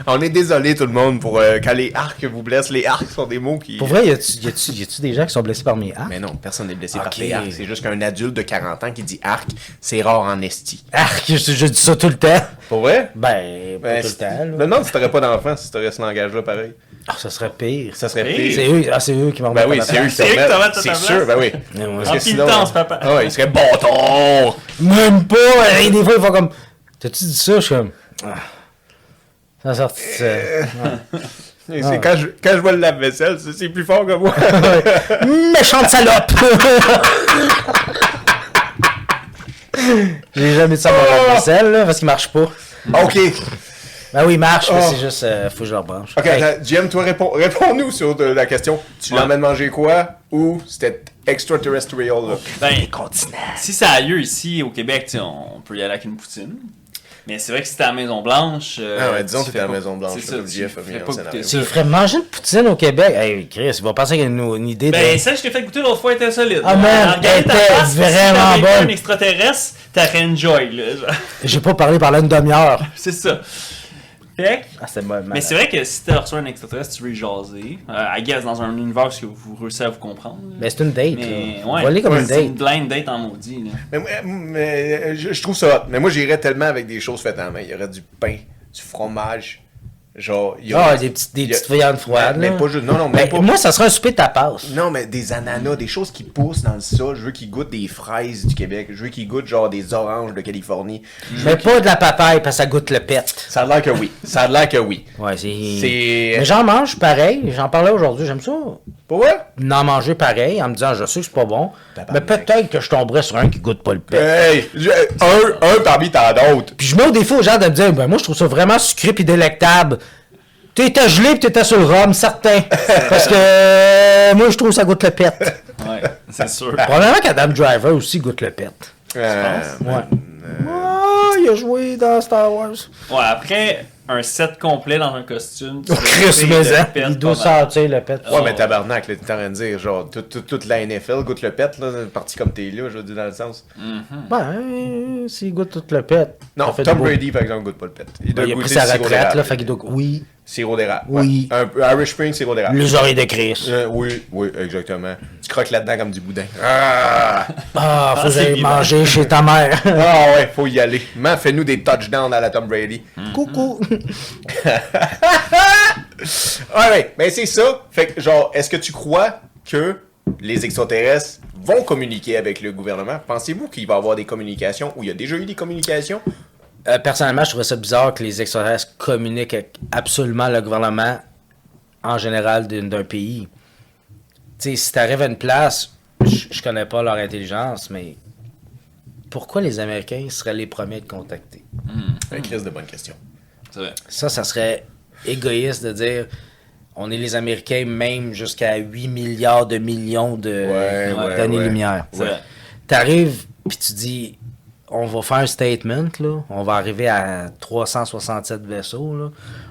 Speaker 1: On est désolé, tout le monde, pour euh, quand les arcs vous blessent. Les arcs sont des mots qui.
Speaker 2: Pour vrai, y a-tu- y a-tu y a-tu des gens qui sont blessés par mes arcs?
Speaker 1: Mais non, personne n'est blessé par
Speaker 2: Ok.
Speaker 1: les arcs. C'est juste qu'un adulte de 40 ans qui dit arc, c'est rare en esti.
Speaker 2: Arc, je, je dis ça tout le temps.
Speaker 1: Pour vrai?
Speaker 2: Ben, pas
Speaker 1: Ben,
Speaker 2: tout le
Speaker 1: c'est-
Speaker 2: temps, là.
Speaker 1: non, non, si t'aurais pas d'enfant, si t'aurais ce langage-là, pareil.
Speaker 2: Ah, ça serait pire.
Speaker 1: Ça serait
Speaker 3: Hey.
Speaker 1: pire.
Speaker 2: C'est eux, ah, c'est eux qui m'ont
Speaker 1: Ben oui, c'est eux qui
Speaker 3: C'est eux qui
Speaker 1: te remettent.
Speaker 3: te remettent à
Speaker 1: C'est
Speaker 3: ta
Speaker 1: sûr,
Speaker 3: place.
Speaker 1: ben oui.
Speaker 2: ouais. Ah.
Speaker 1: Parce
Speaker 2: En
Speaker 1: que
Speaker 3: pile
Speaker 1: sinon-
Speaker 3: temps, ce papa.
Speaker 1: Ah ouais, il serait bâton!
Speaker 2: Même pas! Hey, des fois, ils font comme. T'as-tu dit ça? Je suis comme. Ah. Ça sort de ça.
Speaker 1: Et c'est Quand, je, quand je vois le lave-vaisselle, c'est c'est plus fort que moi.
Speaker 2: Méchante salope! J'ai jamais dit ça à
Speaker 1: Oh.
Speaker 2: mon vaisselle, là, parce qu'il marche pas.
Speaker 1: ok.
Speaker 2: Ben oui, il marche, mais
Speaker 1: Oh.
Speaker 2: c'est juste, euh, faut que je le rebranche.
Speaker 1: Ok,
Speaker 2: Hey,
Speaker 1: attends, Jim, toi, réponds- réponds-nous sur de- la question. Tu
Speaker 3: Ouais.
Speaker 1: l'emmènes manger quoi ou c'était extraterrestrial là?
Speaker 3: Ben, Si ça a lieu ici au Québec, tu sais, on peut y aller avec une poutine. Mais c'est vrai que si t'es à la Maison Blanche. euh,
Speaker 1: Ah ouais, disons
Speaker 3: tu
Speaker 1: que t'es
Speaker 3: fais
Speaker 1: à la
Speaker 3: pas-
Speaker 1: Maison-Blanche,
Speaker 3: c'est
Speaker 1: là,
Speaker 3: ça,
Speaker 1: comme
Speaker 3: tu
Speaker 1: JF a mis
Speaker 3: fais
Speaker 1: un
Speaker 3: pas
Speaker 1: scénario.
Speaker 3: goûter
Speaker 2: tu
Speaker 3: ça.
Speaker 2: lui ferais manger une poutine au Québec? Hey, Chris, il va penser qu'il y a une, une idée
Speaker 3: Ben,
Speaker 2: de.
Speaker 3: ça, je t'ai fait goûter l'autre fois, elle était solide.
Speaker 2: Ah, man,
Speaker 3: Alors, regarde
Speaker 2: elle
Speaker 3: ta
Speaker 2: était
Speaker 3: face,
Speaker 2: vraiment
Speaker 3: si t'avais été
Speaker 2: bonne.
Speaker 3: un extraterrestre, t'aurais enjoy, là. genre.
Speaker 2: J'ai pas parlé pendant une demi-heure.
Speaker 3: C'est ça. Fait que-
Speaker 2: Ah, c'est bon,
Speaker 3: Mais c'est vrai que si t'as reçu un extraterrestre, tu veux y jaser. Euh, I guess dans un univers où vous réussissez à vous comprendre. là.
Speaker 2: Mais Ben, c'est une date,
Speaker 3: Mais
Speaker 2: là. On va aller comme
Speaker 3: Ouais,
Speaker 2: une
Speaker 3: c'est
Speaker 2: date.
Speaker 3: une blind date en maudit, là.
Speaker 1: Mais, moi- mais, euh, je, je trouve ça hot. Mais moi, j'irais tellement avec des choses faites en main. Il y aurait du pain, du fromage, genre. il y aurait-
Speaker 2: Ah, des petites, des
Speaker 1: il y a-
Speaker 2: petites viandes froides,
Speaker 1: Mais,
Speaker 2: là.
Speaker 1: mais pas juste. Non, non, mais
Speaker 2: Ben,
Speaker 1: pas.
Speaker 2: Moi, ça serait un souper de tapas.
Speaker 1: Non, mais des ananas, des choses qui poussent dans le sol. Je veux qu'ils goûtent des fraises du Québec. Je veux qu'ils goûtent genre des oranges de Californie.
Speaker 2: Mais pas de la papaye, parce que ça goûte le pet.
Speaker 1: Ça a l'air que oui. Ça a l'air que oui.
Speaker 2: Ouais, c'est.
Speaker 1: C'est-
Speaker 2: Mais j'en mange pareil. J'en parlais aujourd'hui, j'aime ça.
Speaker 1: Pourquoi?
Speaker 2: N'en manger pareil en me disant, je sais que c'est pas bon. Mais
Speaker 1: Tabarnak. Euh.
Speaker 2: peut-être que je tomberais sur un qui goûte pas le pet.
Speaker 1: Hey! je- un, un parmi tant d'autres.
Speaker 2: Puis je mets au défaut aux gens de me dire, ben moi je trouve ça vraiment sucré puis délectable. T'étais gelé pis t'étais sur le rhum, certain. Parce que euh, moi je trouve ça goûte le pet.
Speaker 3: Ouais, c'est sûr.
Speaker 2: Probablement qu'Adam Driver aussi goûte le pet.
Speaker 1: Euh,
Speaker 2: Ouais. Ah, il a joué dans Star Wars.
Speaker 3: Ouais, après un set complet dans un costume.
Speaker 1: Oh,
Speaker 3: tu vas goûter
Speaker 2: Chris
Speaker 3: de
Speaker 2: Maison.
Speaker 3: pète
Speaker 2: Il
Speaker 3: pas
Speaker 2: doit
Speaker 3: mal.
Speaker 2: sentir le pet.
Speaker 1: Ouais, mais tabarnak, là, t'es en train de dire, genre, tout- tout- toute la NFL goûte le pet, là, parti comme t'es là, je veux dire, dans le sens.
Speaker 2: Ben, euh, s'il goûte tout le pet. ça
Speaker 1: Non,
Speaker 2: fait
Speaker 1: Tom
Speaker 2: du beau.
Speaker 1: Brady, par exemple, goûte pas le pet. Il doit
Speaker 2: Ben, il a pris
Speaker 1: goûter
Speaker 2: sa
Speaker 1: le sirop
Speaker 2: retraite,
Speaker 1: d'érable.
Speaker 2: là, fait qu'il doit. Oui.
Speaker 1: Sirop d'érable.
Speaker 2: Oui.
Speaker 1: ouais. Un peu Irish Spring, sirop d'érable.
Speaker 2: Les oreilles de Chris.
Speaker 1: Euh, oui, oui, exactement. Tu croques là-dedans comme du boudin. Ah,
Speaker 2: Ah, faut que
Speaker 3: c'est
Speaker 2: j'aille
Speaker 3: vivant.
Speaker 2: manger chez ta mère.
Speaker 1: Ah ouais, faut y aller. Man, fais-nous des touchdowns à la Tom Brady.
Speaker 2: Hmm. Coucou.
Speaker 1: Ah ouais, mais c'est ça. Fait que, genre, est-ce que tu crois que les extraterrestres vont communiquer avec le gouvernement? Pensez-vous qu'il va y avoir des communications ou il y a déjà eu des communications?
Speaker 2: Euh, personnellement, je trouvais ça bizarre que les extraterrestres communiquent avec absolument le gouvernement en général d'une- d'un pays. Tu sais, si t'arrives à une place, je je connais pas leur intelligence, mais pourquoi les Américains seraient les premiers à te contacter?
Speaker 1: Euh, Chris, de bonnes questions.
Speaker 3: C'est vrai.
Speaker 2: Ça, ça serait égoïste de dire on est les Américains même jusqu'à 8 milliards de millions de-
Speaker 1: Ouais, ouais,
Speaker 2: d'années-lumière.
Speaker 3: ouais.
Speaker 2: T'arrives, puis tu dis on va faire un statement, là. on va arriver à 367 vaisseaux là,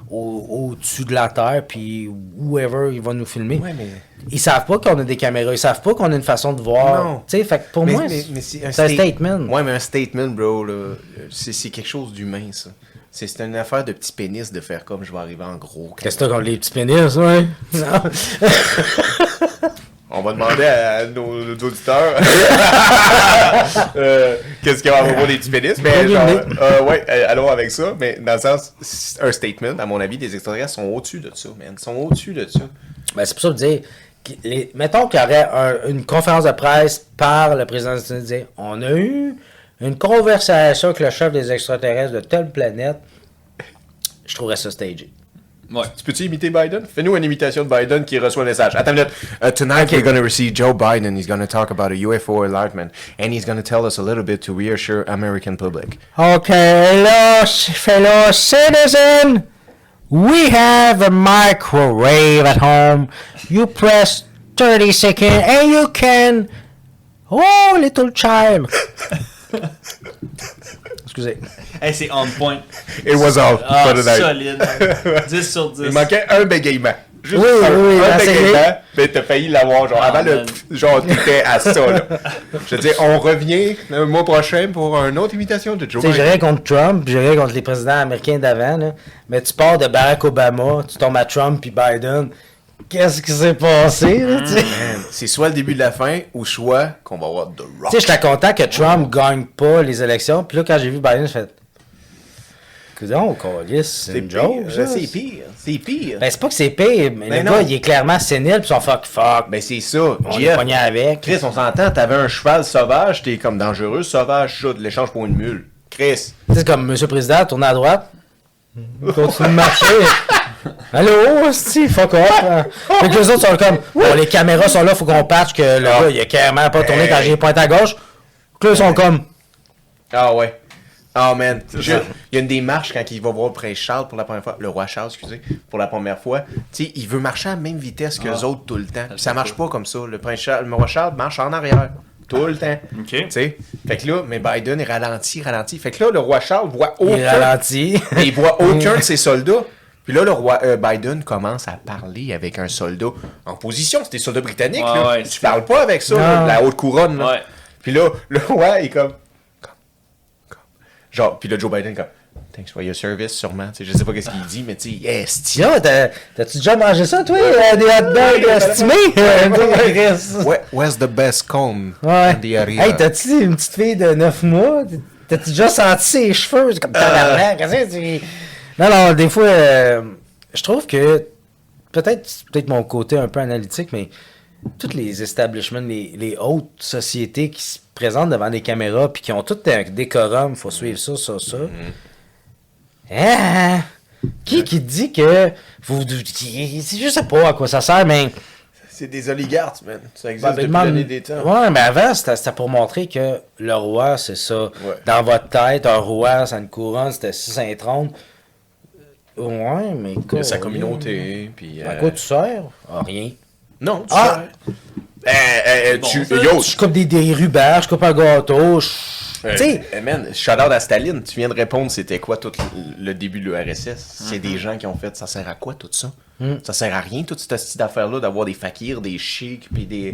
Speaker 2: au- au-dessus de la Terre, puis whoever il va nous filmer.
Speaker 1: Ouais, mais-
Speaker 2: Ils savent pas qu'on a des caméras, ils savent pas qu'on a une façon de voir.
Speaker 1: Non.
Speaker 2: Tu sais, fait que pour
Speaker 1: Mais-
Speaker 2: moi,
Speaker 1: mais-
Speaker 2: c'est
Speaker 1: mais c'est
Speaker 2: c'est un
Speaker 1: sta-
Speaker 2: statement.
Speaker 1: Ouais, mais un statement, bro, là, euh, c'est c'est quelque chose d'humain, ça. C'est c'est une affaire de petit pénis de faire comme je vais arriver en gros.
Speaker 2: Qu'est-ce que t'as contre les petits pénis, ouais? Non.
Speaker 1: On va demander à nos, nos auditeurs euh, qu'est-ce qu'il y a à propos des petits pénis. Mais
Speaker 2: Bonne
Speaker 1: genre,
Speaker 2: idée.
Speaker 1: euh, ouais, euh, allons avec ça. Mais dans le sens, c'est un statement, à mon avis, des extraterrestres sont au-dessus de ça, man. Ils sont au-dessus de ça.
Speaker 2: Ben, c'est pour ça que je dis, que les- mettons qu'il y aurait un- une conférence de presse par le président des États-Unis, dire, on a eu une conversation avec le chef des extraterrestres de telle planète, je trouverais ça stagé.
Speaker 3: Ouais.
Speaker 1: Tu peux-tu imiter Biden? Fais-nous une imitation de Biden qui reçoit un message. Attends une minute. Uh, tonight, we're going to receive Joe Biden. He's going to talk about a UFO enlightenment. And he's going to tell us a little bit to reassure American public.
Speaker 2: OK, hello, fellow citizen. We have a microwave at home. You press 30 seconds and you can... Oh, little child. Excusez.
Speaker 3: Hey, c'est on point.
Speaker 1: It was all
Speaker 3: Ah,
Speaker 1: for tonight.
Speaker 3: solide. 10 sur 10.
Speaker 1: Il manquait un bégaiement. Juste
Speaker 2: Oui,
Speaker 1: un,
Speaker 2: oui,
Speaker 1: un
Speaker 2: assez
Speaker 1: bégaiement, mais t'as failli l'avoir. Genre,
Speaker 3: Ah,
Speaker 1: avant le
Speaker 3: man.
Speaker 1: pff, genre, t'étais à ça, là. Je veux dire, on revient le mois prochain pour une autre imitation de Joe
Speaker 2: Tu sais, j'ai
Speaker 1: Biden.
Speaker 2: rien contre Trump, j'ai rien contre les présidents américains d'avant, là. mais tu pars de Barack Obama, tu tombes à Trump puis Biden. Qu'est-ce qui s'est passé? là, tu sais?
Speaker 1: Man, C'est soit le début de la fin ou soit qu'on va avoir The Rock.
Speaker 2: Tu sais, j'étais content que Trump gagne pas les élections. Puis là, quand j'ai vu Biden, j'ai fait. Coudon, Colis, c'est une
Speaker 1: pire.
Speaker 2: joke.
Speaker 1: Je
Speaker 2: ça.
Speaker 1: sais, C'est pire. C'est pire.
Speaker 2: Ben, c'est pas que c'est pire, mais,
Speaker 1: Ben
Speaker 2: le
Speaker 1: non.
Speaker 2: gars, il est clairement sénile, puis son fuck fuck.
Speaker 1: Ben c'est ça.
Speaker 2: on est
Speaker 1: Jeff,
Speaker 2: pogné avec.
Speaker 1: Chris, on s'entend, t'avais un cheval sauvage, t'es comme dangereux, sauvage, ça, de l'échange pour une mule. Chris.
Speaker 2: Tu sais, c'est comme Monsieur le Président, tourne à droite. Continue de marcher. Allô, hostie, fuck off. hein. Fait que les autres sont comme, bon, les caméras sont là, faut qu'on patche que le gars, il a carrément pas tourné quand j'ai pointé à gauche. Fait que là, ils sont comme,
Speaker 1: Ah ouais. Ah man. Je- Il y a une démarche quand il va voir le prince Charles pour la première fois, le roi Charles, excusez, pour la première fois. Tu sais, il veut marcher à la même vitesse que les autres tout le temps. Puis ça marche pas comme ça. Le prince Charles, le roi Charles marche en arrière. Tout le temps.
Speaker 3: Ok.
Speaker 1: Tu sais. Fait que là, mais Biden est ralenti, ralenti. Fait que là, le roi Charles voit aucun.
Speaker 2: il ralentit.
Speaker 1: Mais il voit aucun de ses soldats. Puis là, le roi euh, Biden commence à parler avec un soldat en position. C'était des soldats britanniques.
Speaker 3: Ouais,
Speaker 1: là.
Speaker 3: ouais,
Speaker 1: tu
Speaker 3: c'est-
Speaker 1: parles pas avec ça, là,
Speaker 2: Non.
Speaker 1: la haute couronne. là.
Speaker 3: Ouais.
Speaker 1: Puis là, le roi est comme... comme- comme. Genre, puis là, Joe Biden est comme... Thanks for your service, sûrement. Tu sais, je sais pas qu'est-ce qu'il dit, mais tu sais, esti.
Speaker 2: Tiens, t'as- t'as-tu déjà mangé ça, toi, euh, des hot dogs estimés?
Speaker 1: Where- Where's the best comb
Speaker 2: Ouais.
Speaker 1: in the area?
Speaker 2: Hey, t'as-tu une petite fille de 9 mois? T'as-tu déjà senti ses cheveux? C'est comme tabarnak, qu'est-ce que tu- Non, non, des fois, euh, je trouve que peut-être c'est peut-être mon côté un peu analytique, mais tous les establishments, les, les hautes sociétés qui se présentent devant des caméras puis qui ont tout un décorum, faut suivre ça, ça, ça. Hein? Qui qui dit que vous, qui- je sais pas à quoi ça sert, mais
Speaker 1: C'est des oligarques, man. Ça existe
Speaker 2: ben, ben, demande- Ouais, mais avant, c'était c'était pour montrer que le roi, c'est ça. Dans votre tête, un roi, ça a une couronne, c'était 630. Ouais, mais quoi.
Speaker 1: Sa communauté, puis...
Speaker 2: À
Speaker 1: euh,
Speaker 2: quoi tu sers Ah, Rien.
Speaker 1: Non, tu...
Speaker 2: Bah, Ah!
Speaker 1: Eh, eh, eh,
Speaker 3: Bon,
Speaker 1: tu...
Speaker 3: ça,
Speaker 1: Yo,
Speaker 2: Je coupe des, des rubans, je coupe un gâteau. je-
Speaker 1: Euh,
Speaker 2: Tu sais,
Speaker 1: eh, man, shout out à Staline, tu viens de répondre c'était quoi tout le- le début de l'URSS.
Speaker 2: Mhm.
Speaker 1: C'est des gens qui ont fait ça sert à quoi tout ça Ça sert à rien toute cette petite affaire-là d'avoir des fakirs, des chics, puis des.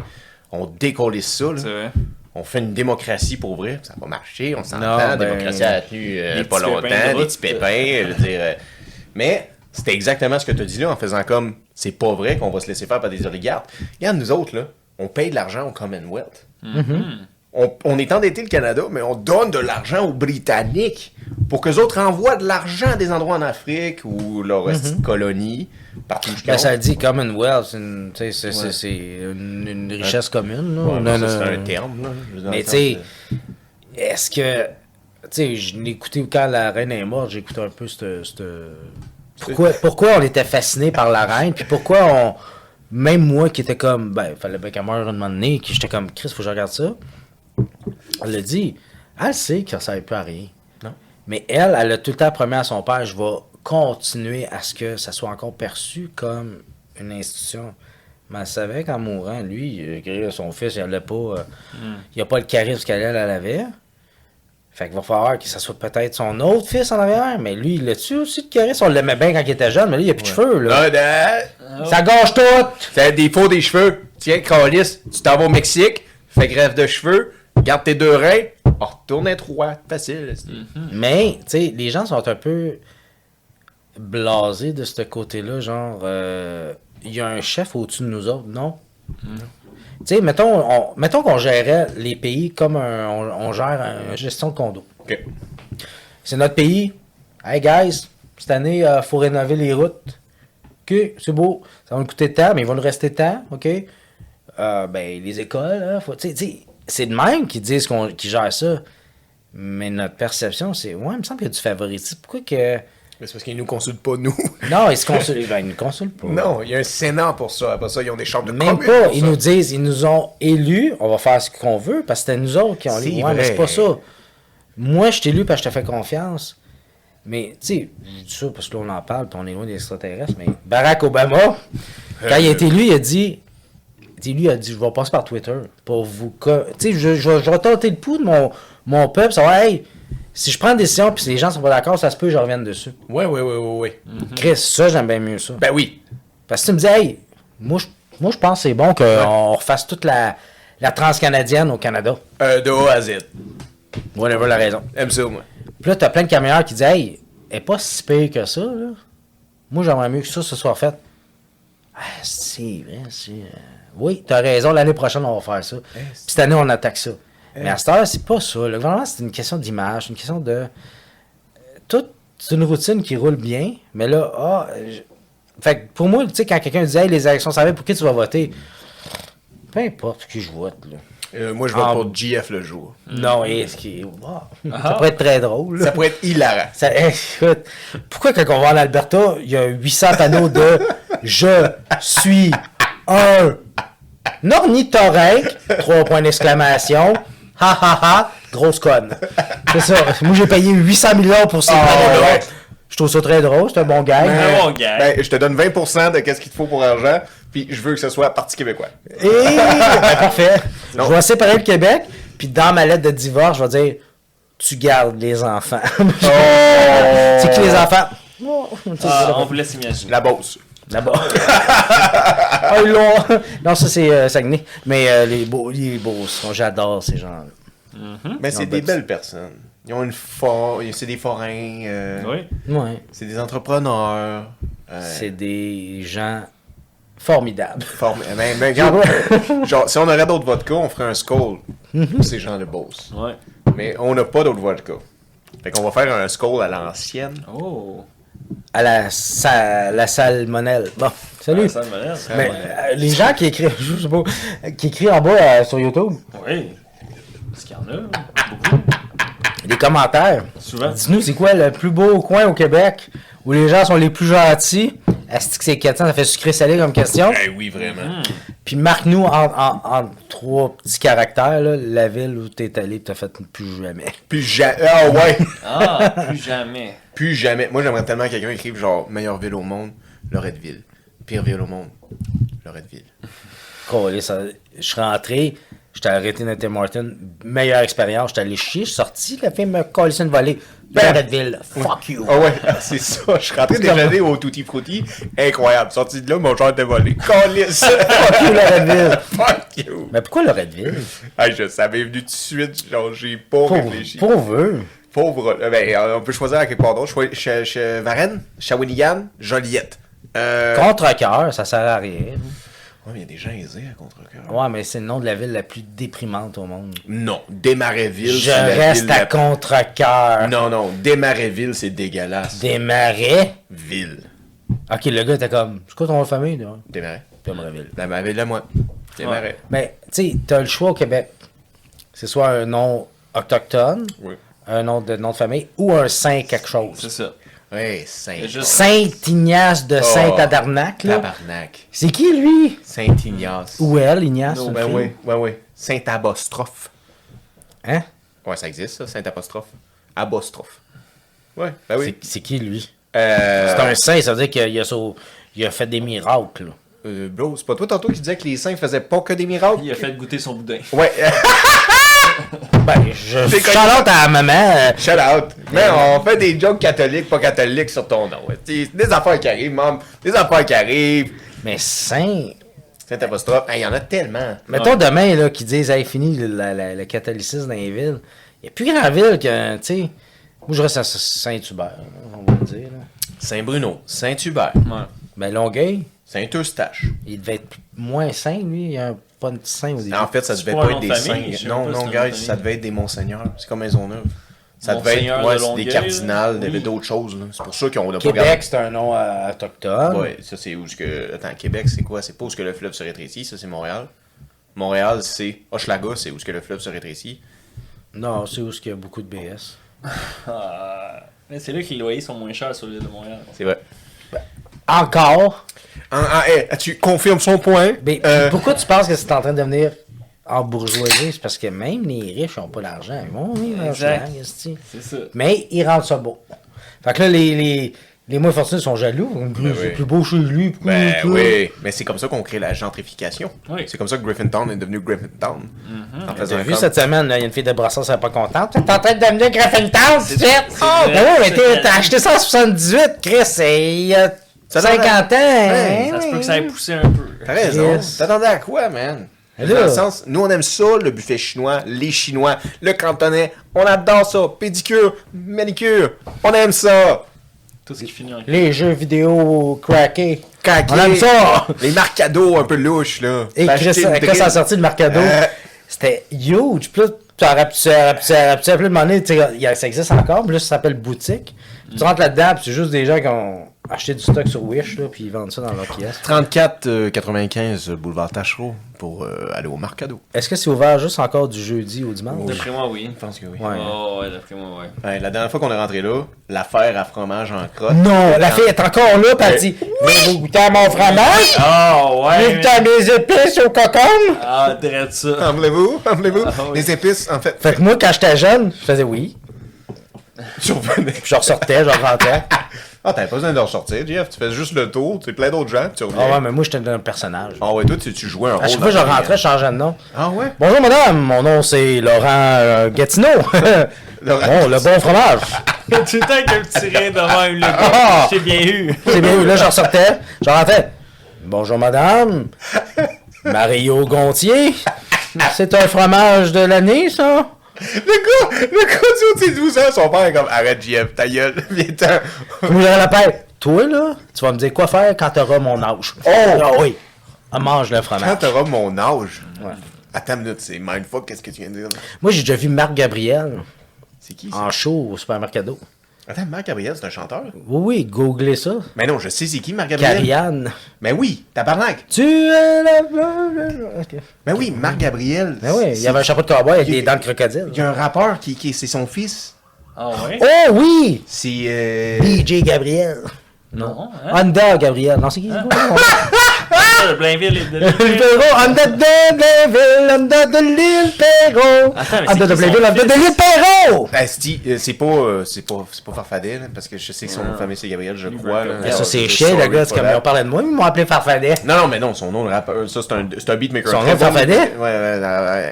Speaker 1: On décolle ça, là.
Speaker 3: C'est vrai.
Speaker 1: On fait une démocratie pour vrai, ça va marcher, on
Speaker 2: Non,
Speaker 1: s'entend.
Speaker 2: ben,
Speaker 1: La démocratie a tenu euh,
Speaker 3: les
Speaker 1: pas
Speaker 3: petits
Speaker 1: longtemps,
Speaker 3: pépins de
Speaker 1: des
Speaker 3: route.
Speaker 1: petits pépins, je veux dire. euh, Mais c'était exactement ce que tu as dit là en faisant comme c'est pas vrai qu'on va se laisser faire par des oligarques. Regarde, nous autres, là, on paye de l'argent au Commonwealth.
Speaker 2: Mm-hmm.
Speaker 1: On, on est endetté le Canada, mais on donne de l'argent aux Britanniques pour qu'eux autres envoient de l'argent à des endroits en Afrique ou leur petite colonie, partout où je
Speaker 2: Mm-hmm. ben,
Speaker 1: compte.
Speaker 2: ça le dit Commonwealth, c'est une, tu sais, c'est- c'est-
Speaker 1: Ouais.
Speaker 2: c'est une- une richesse commune. là.
Speaker 1: Ouais,
Speaker 2: Non,
Speaker 1: mais ça,
Speaker 2: non,
Speaker 1: c'est un
Speaker 2: non.
Speaker 1: terme. là. Je veux dire,
Speaker 2: Mais
Speaker 1: dans
Speaker 2: tu
Speaker 1: le sens
Speaker 2: sais, est-ce que. Tu sais, je l'ai écouté quand la reine est morte, j'ai écouté un peu cette. cette- Pourquoi, pourquoi on était fasciné par la reine, puis pourquoi on. Même moi qui était comme. Ben, fallait bien qu'elle meure un moment donné, que j'étais comme Chris, faut que je regarde ça. Elle l'a dit. Elle sait que ça ne plus à rien.
Speaker 1: Non.
Speaker 2: Mais elle, elle a tout le temps promis à son père je vais continuer à ce que ça soit encore perçu comme une institution. Mais elle savait qu'en mourant, lui, euh, son fils, il n'a pas, euh, il a pas le charisme qu'elle elle avait. Fait qu'il va falloir que ça soit peut-être son autre fils en arrière, mais lui, il l'a tué aussi de Caris. On l'aimait bien quand il était jeune, mais lui, il a plus de cheveux, là.
Speaker 1: Là, de-
Speaker 2: Ça gâche tout!
Speaker 1: T'as des faux des cheveux. Tiens, Carlis, tu t'en vas au Mexique, fais grève de cheveux, garde tes deux reins, on retourne être roi. Facile.
Speaker 2: Hmm. Mais, tu sais, les gens sont un peu blasés de ce côté-là, genre, euh, il y a un chef au-dessus de nous autres, non? Tu sais, mettons, on- mettons qu'on gérait les pays comme un- on, on gère un- une gestion de condo.
Speaker 1: Ok.
Speaker 2: C'est notre pays. Hey guys, cette année, il faut rénover les routes. OK, c'est beau. Ça va nous coûter tant, mais ils vont nous rester tant. OK? Euh, ben, les écoles, là, faut- tu sais, tu sais, c'est de même qu'ils disent qu'on, qu'ils gèrent ça. Mais notre perception, c'est ouais, il me semble qu'il y a du favoritisme. Pourquoi que.
Speaker 1: C'est parce qu'ils nous consultent pas, nous.
Speaker 2: Non, ils se consultent. Ben, ils nous consultent pas.
Speaker 1: Non, il y a un Sénat pour ça. Après ça, ils ont des chambres de
Speaker 2: Même
Speaker 1: commerce
Speaker 2: pas.
Speaker 1: pour
Speaker 2: Ils
Speaker 1: ça.
Speaker 2: nous disent, ils nous ont élus, on va faire ce qu'on veut, parce que c'était nous autres qui ont
Speaker 1: C'est
Speaker 2: élu. Ouais, mais
Speaker 1: vrai.
Speaker 2: c'est pas ça. Moi, je t'ai élu parce que je te fais confiance. Mais, tu sais, je dis ça parce que là, on en parle, puis on est loin des extraterrestres, mais Barack Obama, quand il a été élu, il a dit... il dit, Lui, il a dit, je vais passer par Twitter pour vous... co- Tu sais, je, je, vais- je vais tenter le pouls de mon, mon peuple, savoir, hey, si je prends une décision puis si les gens sont pas d'accord, ça se peut que je revienne dessus.
Speaker 1: Ouais, ouais, ouais, ouais,
Speaker 2: Hmm.
Speaker 1: ouais.
Speaker 2: Chris, ça, j'aime bien mieux ça.
Speaker 1: Mhm. Ben oui.
Speaker 2: Parce que tu me dis, hey, moi, je, moi, je pense que c'est bon qu'on refasse toute la, la transcanadienne au Canada.
Speaker 1: Euh, de A à Z.
Speaker 2: Whatever la raison.
Speaker 1: Aime ça, moi.
Speaker 2: Puis là, t'as plein de camionneurs qui disent, hey, elle est pas si pire que ça, là. Moi, j'aimerais mieux que ça, ce soit fait. Ah, c'est vrai, c'est. euh, Oui, t'as raison, l'année prochaine, on va faire ça. Puis cette année, on attaque ça. Mais à cette heure, c'est pas ça. Le gouvernement, c'est une question d'image, c'est une question de. euh, Tout. C'est une routine qui roule bien, mais là, ah. euh, je- Fait que pour moi, tu sais, quand quelqu'un dit, hey, les élections s'arrivent, pour qui tu vas voter? Peu importe pour qui je vote, là.
Speaker 1: Euh, moi, je vote
Speaker 2: Ah.
Speaker 1: pour JF le jour.
Speaker 2: Non, et ce qui. wow. Ça pourrait être très drôle. là.
Speaker 1: Ça pourrait être hilarant.
Speaker 2: Ça- hey, écoute, pourquoi quand on va en Alberta, il y a 800 panneaux de je suis un ornithorynque, trois points d'exclamation, ha ha ha, grosse conne. C'est ça. Moi, j'ai payé 800 millions pour ces
Speaker 1: Ah,
Speaker 2: panneaux-là.
Speaker 1: ouais.
Speaker 2: Je trouve ça très drôle, c'est un bon gag.
Speaker 3: Ouais. bon gag.
Speaker 1: Ben, je te donne 20% de qu'est-ce qu'il te faut pour argent, puis je veux que ce soit Parti québécois.
Speaker 2: Et ben, parfait. Je vais séparer le Québec, puis dans ma lettre de divorce, je vais dire tu gardes les enfants. Oh! c'est que les enfants.
Speaker 3: Oh. Ah, on vous laisse imaginer.
Speaker 1: La bosse.
Speaker 2: Là-bas. Ah, ils l'ont- Non, ça c'est euh, Saguenay. Mais euh, les beaux, les beaux sont- j'adore ces gens-là.
Speaker 1: Mais c'est
Speaker 2: Non,
Speaker 1: des
Speaker 2: ben,
Speaker 1: belles personnes. Ils ont une for... C'est des forains. euh,
Speaker 3: Oui.
Speaker 2: Ouais.
Speaker 1: C'est des entrepreneurs. euh,
Speaker 2: C'est des gens formidables.
Speaker 1: form- Ben, ben,
Speaker 2: Ah
Speaker 1: regarde, genre, si on aurait d'autres vodkas, on ferait un skull pour ces gens de Beauce.
Speaker 3: Ouais.
Speaker 1: Mais on n'a pas d'autres vodka. Fait qu'on va faire un skull à l'ancienne.
Speaker 3: Oh.
Speaker 2: À la, sa- la salmonelle. Bon, salut.
Speaker 3: Ça me reste.
Speaker 2: Mais, euh, les gens qui écrivent, je sais pas, euh, qui écrivent en bas euh, sur YouTube,
Speaker 3: Oui. Parce qu'il y en a. Beaucoup.
Speaker 2: des commentaires.
Speaker 3: Souvent.
Speaker 2: Dis-nous, c'est quoi le plus beau coin au Québec où les gens sont les plus gentils? Est-ce que c'est inquiétant? Ça fait sucré-salé comme question.
Speaker 1: Eh oui, vraiment.
Speaker 2: Puis marque-nous en, en- en trois petits caractères là, la ville où t'es allé et t'as fait plus jamais.
Speaker 1: Plus jamais. Ah ouais!
Speaker 3: Ah, plus jamais.
Speaker 1: Plus jamais. Moi, j'aimerais tellement que quelqu'un écrive genre meilleure ville au monde, Loretteville. Pire ville au monde, Loretteville.
Speaker 2: Collé, ça- Je suis rentré, j'étais arrêté dans Tim Martin, meilleure expérience, j'étais allé chier, je suis sorti, la fille me collé sur une volée. ville, fuck you.
Speaker 1: Ah ouais, c'est ça. Je suis rentré déjeuner au Tutti Frutti. Incroyable. Sorti de là, mon genre était volé. Calice!
Speaker 2: Fuck you, Loretteville.
Speaker 1: Fuck you!
Speaker 2: Mais pourquoi Loretteville?
Speaker 1: Hey, je savais venu tout de suite, genre j'ai pas
Speaker 2: Pour,
Speaker 1: réfléchi.
Speaker 2: pour eux.
Speaker 1: Pauvre. euh, Ben, euh, on peut choisir à quelque part d'autre. Choi- Ch- Ch- Varennes, Shawinigan, Joliette. Euh...
Speaker 2: Contre cœur, ça sert à rien.
Speaker 1: Ouais, mais il y a des gens aisés à contre-cœur.
Speaker 2: Ouais, mais c'est le nom de la ville la plus déprimante au monde.
Speaker 1: Non, Desmarais-Ville. c'est
Speaker 2: Je
Speaker 1: la
Speaker 2: reste
Speaker 1: ville
Speaker 2: à
Speaker 1: la-
Speaker 2: contre cœur.
Speaker 1: Non, non, Desmarais-Ville, c'est dégueulasse.
Speaker 2: Des marais.
Speaker 1: Ville.
Speaker 2: Ok, le gars était comme, c'est quoi ton nom de famille? là?
Speaker 1: Desmarais.
Speaker 2: Desmarais-Ville.
Speaker 1: La ma ville à moi. Desmarais.
Speaker 2: Mais, Ben, tu sais, t'as le choix au Québec. C'est soit un nom autochtone,
Speaker 1: Oui.
Speaker 2: un nom de nom de famille, ou un saint quelque
Speaker 3: C'est
Speaker 2: chose.
Speaker 3: ça.
Speaker 1: Ouais, Saint.
Speaker 3: Et juste-
Speaker 2: Saint Ignace de Saint Adarnac, là.
Speaker 1: Ah. Tabarnak.
Speaker 2: C'est qui, lui?
Speaker 1: Saint Ignace.
Speaker 2: Ou elle, Ignace?
Speaker 1: Oh,
Speaker 2: une
Speaker 1: ben
Speaker 2: fille?
Speaker 1: oui, ouais, ouais. Saint apostrophe.
Speaker 2: Hein?
Speaker 1: Ouais, ça existe, ça, Saint apostrophe. Apostrophe. Ouais, ben oui.
Speaker 2: C'est- C'est qui, lui?
Speaker 1: Euh...
Speaker 2: C'est un saint, ça veut dire qu'il a, sau- il a fait des miracles, là.
Speaker 1: Euh, bro, c'est pas toi tantôt qui disais que les saints faisaient pas que des miracles?
Speaker 3: Il a fait goûter son boudin.
Speaker 1: Ouais.
Speaker 2: Ben, je.
Speaker 1: T'es connu.
Speaker 2: Charlotte à la maman. euh,
Speaker 1: Shout out. Mais on fait des jokes catholiques, pas catholiques sur ton nom. ouais. C'est Des affaires qui arrivent, membre. Des affaires qui arrivent.
Speaker 2: Mais saint.
Speaker 1: C'est apostrophe. Il y en a tellement.
Speaker 2: Mettons demain, là, qu'ils disent, hey, fini le, la- la- le catholicisme dans les villes. Il n'y a plus grand ville que, tu sais. Moi, je reste à S- Saint-Hubert, on va le dire. là.
Speaker 1: Saint-Bruno, Saint-Hubert,
Speaker 3: Ouais.
Speaker 2: Ben, Longueuil,
Speaker 1: Saint-Eustache.
Speaker 2: il devait être moins saint, lui. Il n'y a un- pas de saint au début.
Speaker 1: En fait, ça
Speaker 3: C'est
Speaker 1: devait pas
Speaker 3: pas un
Speaker 1: être
Speaker 3: nom de
Speaker 1: des
Speaker 3: famille, je
Speaker 1: saints.
Speaker 3: sais
Speaker 1: Non,
Speaker 3: pas si
Speaker 1: non,
Speaker 3: c'est un nom
Speaker 1: gars,
Speaker 3: de
Speaker 1: ça
Speaker 3: famille.
Speaker 1: devait être des monseigneurs. C'est comme Maisonneuve. Ça devait
Speaker 3: Monseigneur
Speaker 1: être
Speaker 3: de
Speaker 1: ouais, c'est des
Speaker 3: Longueuil,
Speaker 1: cardinals,
Speaker 3: là.
Speaker 1: devait d'autres choses. là. C'est pour ça qu'on n'a pas
Speaker 2: Québec, c'est un nom euh, autochtone.
Speaker 1: regardé. Ouais, ça c'est où ce que. Attends, Québec, c'est quoi C'est pas où ce que le fleuve se rétrécit. Ça c'est Montréal. Montréal, c'est Hochelaga, c'est où ce que le fleuve se rétrécit.
Speaker 2: Non, c'est où il y a beaucoup de BS.
Speaker 3: Ah, mais c'est là que les loyers sont moins chers sur l'île de Montréal.
Speaker 1: C'est vrai.
Speaker 2: Encore.
Speaker 1: Ah, ah, hey, tu confirmes son point
Speaker 2: Mais
Speaker 1: Euh,
Speaker 2: pourquoi tu penses que c'est en train de devenir en bourgeoisie? C'est parce que même les riches n'ont pas d'argent. Ils vont vivre en
Speaker 3: Exact.
Speaker 2: Chine, esti.
Speaker 3: C'est ça.
Speaker 2: Mais ils rendent ça beau. Fait que là, les, les, les moins fortunés sont jaloux. c'est
Speaker 1: Ben oui.
Speaker 2: plus beau chez lui. pourquoi-
Speaker 1: Ben
Speaker 2: pourquoi-
Speaker 1: oui, mais c'est comme ça qu'on crée la gentrification.
Speaker 3: Oui. Mm-hmm.
Speaker 1: C'est comme ça que Griffintown est devenu Griffintown. En faisant
Speaker 2: T'as vu
Speaker 1: comme-
Speaker 2: cette semaine, là, il y a une fille de brassard, elle est pas contente. T'es en train de devenir Greffentown, tu sais. Oh,
Speaker 3: vrai,
Speaker 2: ben oui, mais
Speaker 3: c'est
Speaker 2: t'es-
Speaker 3: vrai.
Speaker 2: t'as acheté 178, Chris, et il y a
Speaker 1: Ça
Speaker 2: 50 ans.
Speaker 1: Ouais,
Speaker 2: hein,
Speaker 3: Ça se peut
Speaker 2: oui.
Speaker 3: que ça ait poussé un peu.
Speaker 1: T'as raison.
Speaker 2: Yes.
Speaker 1: T'attendais à quoi, man?
Speaker 2: Là.
Speaker 1: Dans le sens, nous on aime ça, le buffet chinois, les chinois, le cantonais, on adore ça, pédicure, manicure, on aime ça,
Speaker 3: Tout ce qui finit en
Speaker 2: Les jeux vidéo craqués.
Speaker 1: caquer,
Speaker 2: On aime ça!
Speaker 1: les mercados un peu louches là.
Speaker 2: Et
Speaker 1: T'as acheté
Speaker 2: Chris,
Speaker 1: une
Speaker 2: quand
Speaker 1: drill.
Speaker 2: ça a sorti le Mercado,
Speaker 1: Euh.
Speaker 2: c'était huge. Puis là, tu en rappes-tu, en rappes-tu, en rappes-tu. Puis là, à un moment donné, tu sais, il y a- ça existe encore. Puis là, ça s'appelle Boutique. Tu rentres là-dedans, puis c'est juste des gens qui ont acheté du stock sur Wish, là, puis ils vendent ça dans leur pièce.
Speaker 1: 34 euh, 95 boulevard Tachereau pour euh, aller au mercado.
Speaker 2: Est-ce que c'est ouvert juste encore du jeudi au dimanche?
Speaker 3: D'après moi, oui.
Speaker 1: Je pense que oui.
Speaker 2: Ouais.
Speaker 3: Oh, ouais, d'après moi, ouais.
Speaker 1: Ouais, la dernière fois qu'on est rentré là, l'affaire à fromage en crotte.
Speaker 2: Non, la fille est encore là, puis elle dit Voulez-vous goûter à mon fromage
Speaker 3: Oh,
Speaker 2: Voulez-vous
Speaker 3: ouais.
Speaker 2: goûter à mes épices au cocon
Speaker 3: Ah, traite ça.
Speaker 1: En voulez-vous? En voulez-vous?
Speaker 3: Ah, oui.
Speaker 1: Les épices, en fait.
Speaker 2: Fait que moi, quand j'étais jeune, je faisais oui.
Speaker 1: Tu revenais.
Speaker 2: Puis je ressortais, je rentrais.
Speaker 1: Ah, t'avais pas besoin de ressortir, Jeff. Tu fais juste le tour, tu es plein d'autres gens, puis tu
Speaker 2: Ah ouais,
Speaker 1: reviens.
Speaker 2: mais moi, j'étais un personnage.
Speaker 1: Ah ouais, toi, tu, tu jouais un rôle.
Speaker 2: À chaque
Speaker 1: dans
Speaker 2: fois que je
Speaker 1: la vie,
Speaker 2: rentrais,
Speaker 1: hein.
Speaker 2: je changeais de nom.
Speaker 1: Ah ouais?
Speaker 2: Bonjour madame, mon nom c'est Laurent euh, Gatineau.
Speaker 1: Laurent-
Speaker 2: bon, le bon fromage.
Speaker 3: Tout le temps avec un petit rire de même, le
Speaker 2: Ah!
Speaker 3: gars. J'ai bien eu.
Speaker 2: C'est bien, là j'en sortais, j'en rentrais. Bonjour madame, Mario Gontier. C'est un fromage de l'année ça?
Speaker 1: Le gars, le gars, tu sais, 12 ans, son père est comme Arrête, JF, ta gueule, viens-t'en.
Speaker 2: Vous avez la paix. Toi là, tu vas me dire quoi faire quand t'auras mon âge.
Speaker 1: Oh!
Speaker 2: Ah oui, Ah, mange le
Speaker 1: Quand
Speaker 2: fromage.
Speaker 1: t'auras mon âge.
Speaker 2: Ouais.
Speaker 1: Attends une minute, c'est mindfuck, qu'est-ce que tu viens de dire là?
Speaker 2: Moi j'ai déjà vu Marc Gabriel
Speaker 1: C'est qui ça?
Speaker 2: en show au supermercado.
Speaker 1: Attends, Marc Gabriel, c'est un chanteur?
Speaker 2: Oui, oui, googlez ça.
Speaker 1: Mais non, je sais c'est qui, Marc Gabriel.
Speaker 2: Carianne.
Speaker 1: Mais oui, tabarnak.
Speaker 2: Tu es la... Ok.
Speaker 1: Mais oui, Marc Gabriel.
Speaker 2: Ben oui, il y avait un chapeau de cowboy avec des dents de crocodile.
Speaker 1: Il y a un rappeur qui, qui c'est son fils.
Speaker 3: Ah, ouais.
Speaker 2: Oh oui!
Speaker 1: C'est. euh,
Speaker 2: DJ Gabriel.
Speaker 3: Non, hein.
Speaker 2: Honda Gabriel. Non, c'est qui? Le
Speaker 3: Ah, le Blainville est de l'île.
Speaker 2: Perrault. Honda de Blainville. Honda de l'île Perrault.
Speaker 3: Attends, mais c'est
Speaker 2: Honda de
Speaker 3: qui son
Speaker 2: Blainville. Honda de
Speaker 3: fils?
Speaker 2: l'île Perrault.
Speaker 1: Ah, c'est euh, c'est pas, euh, c'est pas, c'est pas Farfadet, là, parce que je sais que son famille c'est Gabriel, je crois. là.
Speaker 3: Ah,
Speaker 2: Ah. Ça,
Speaker 1: Euh,
Speaker 2: c'est
Speaker 1: je-
Speaker 2: chier, le
Speaker 1: sorry
Speaker 2: gars.
Speaker 1: for
Speaker 2: C'est comme
Speaker 1: that.
Speaker 2: ils ont parlé de moi. Ils m'ont appelé Farfadet.
Speaker 1: Non, non, mais non, son nom de rappeur, ça c'est un, c'est un beatmaker.
Speaker 2: Son
Speaker 1: Très
Speaker 2: nom de Farfadet?
Speaker 1: beatmaker. Ouais, ouais, ouais,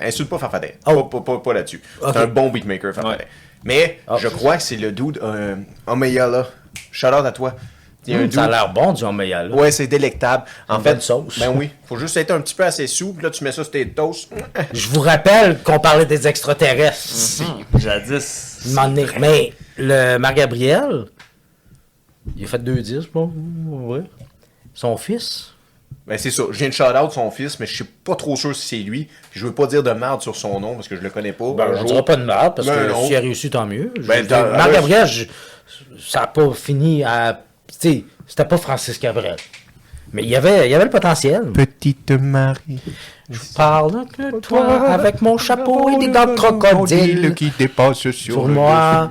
Speaker 1: ouais, insulte pas Farfadet.
Speaker 2: Oh.
Speaker 1: Pas, pas, pas, pas là-dessus.
Speaker 2: Ok.
Speaker 1: C'est un bon beatmaker, Farfadet.
Speaker 3: Ouais.
Speaker 1: Mais
Speaker 2: Ah.
Speaker 1: je crois que c'est le dude euh, Omeyala. Shout out à toi. Il y a un
Speaker 2: Hum,
Speaker 1: dude.
Speaker 2: Ça a l'air bon, du Omeya, là.
Speaker 1: Ouais, c'est délectable. En
Speaker 2: Une
Speaker 1: fait,
Speaker 2: bonne sauce.
Speaker 1: Ben oui, faut juste être un petit peu assez souple. Là, tu mets ça sur tes toasts.
Speaker 2: Je vous rappelle qu'on parlait des extraterrestres.
Speaker 3: Mm-hmm. Hmm, Jadis.
Speaker 2: Un moment donné. Mais le Marc Gabriel, il a fait deux disques, bon, ouais. Son fils,
Speaker 1: Ben c'est ça. Je viens de shout out son fils, mais je suis pas trop sûr si c'est lui. Puis je veux pas dire de merde sur son nom parce que je le connais pas.
Speaker 2: Ben,
Speaker 1: Un
Speaker 2: on
Speaker 1: jour-
Speaker 2: dira pas de merde, parce
Speaker 1: Ben,
Speaker 2: que
Speaker 1: non.
Speaker 2: s'il a réussi, tant mieux. Je
Speaker 1: Ben,
Speaker 2: veux dire,
Speaker 1: t'as-
Speaker 2: Marc
Speaker 1: ouais.
Speaker 2: Gabriel, je- ça n'a pas fini à. Tu sais, c'était pas Francis Cabrel. Mais il y avait, il y avait le potentiel.
Speaker 1: Petite Marie.
Speaker 2: Je parle que toi avec mon chapeau et des gants de crocodile
Speaker 1: qui dépasse sur
Speaker 2: pour
Speaker 1: le
Speaker 2: moi.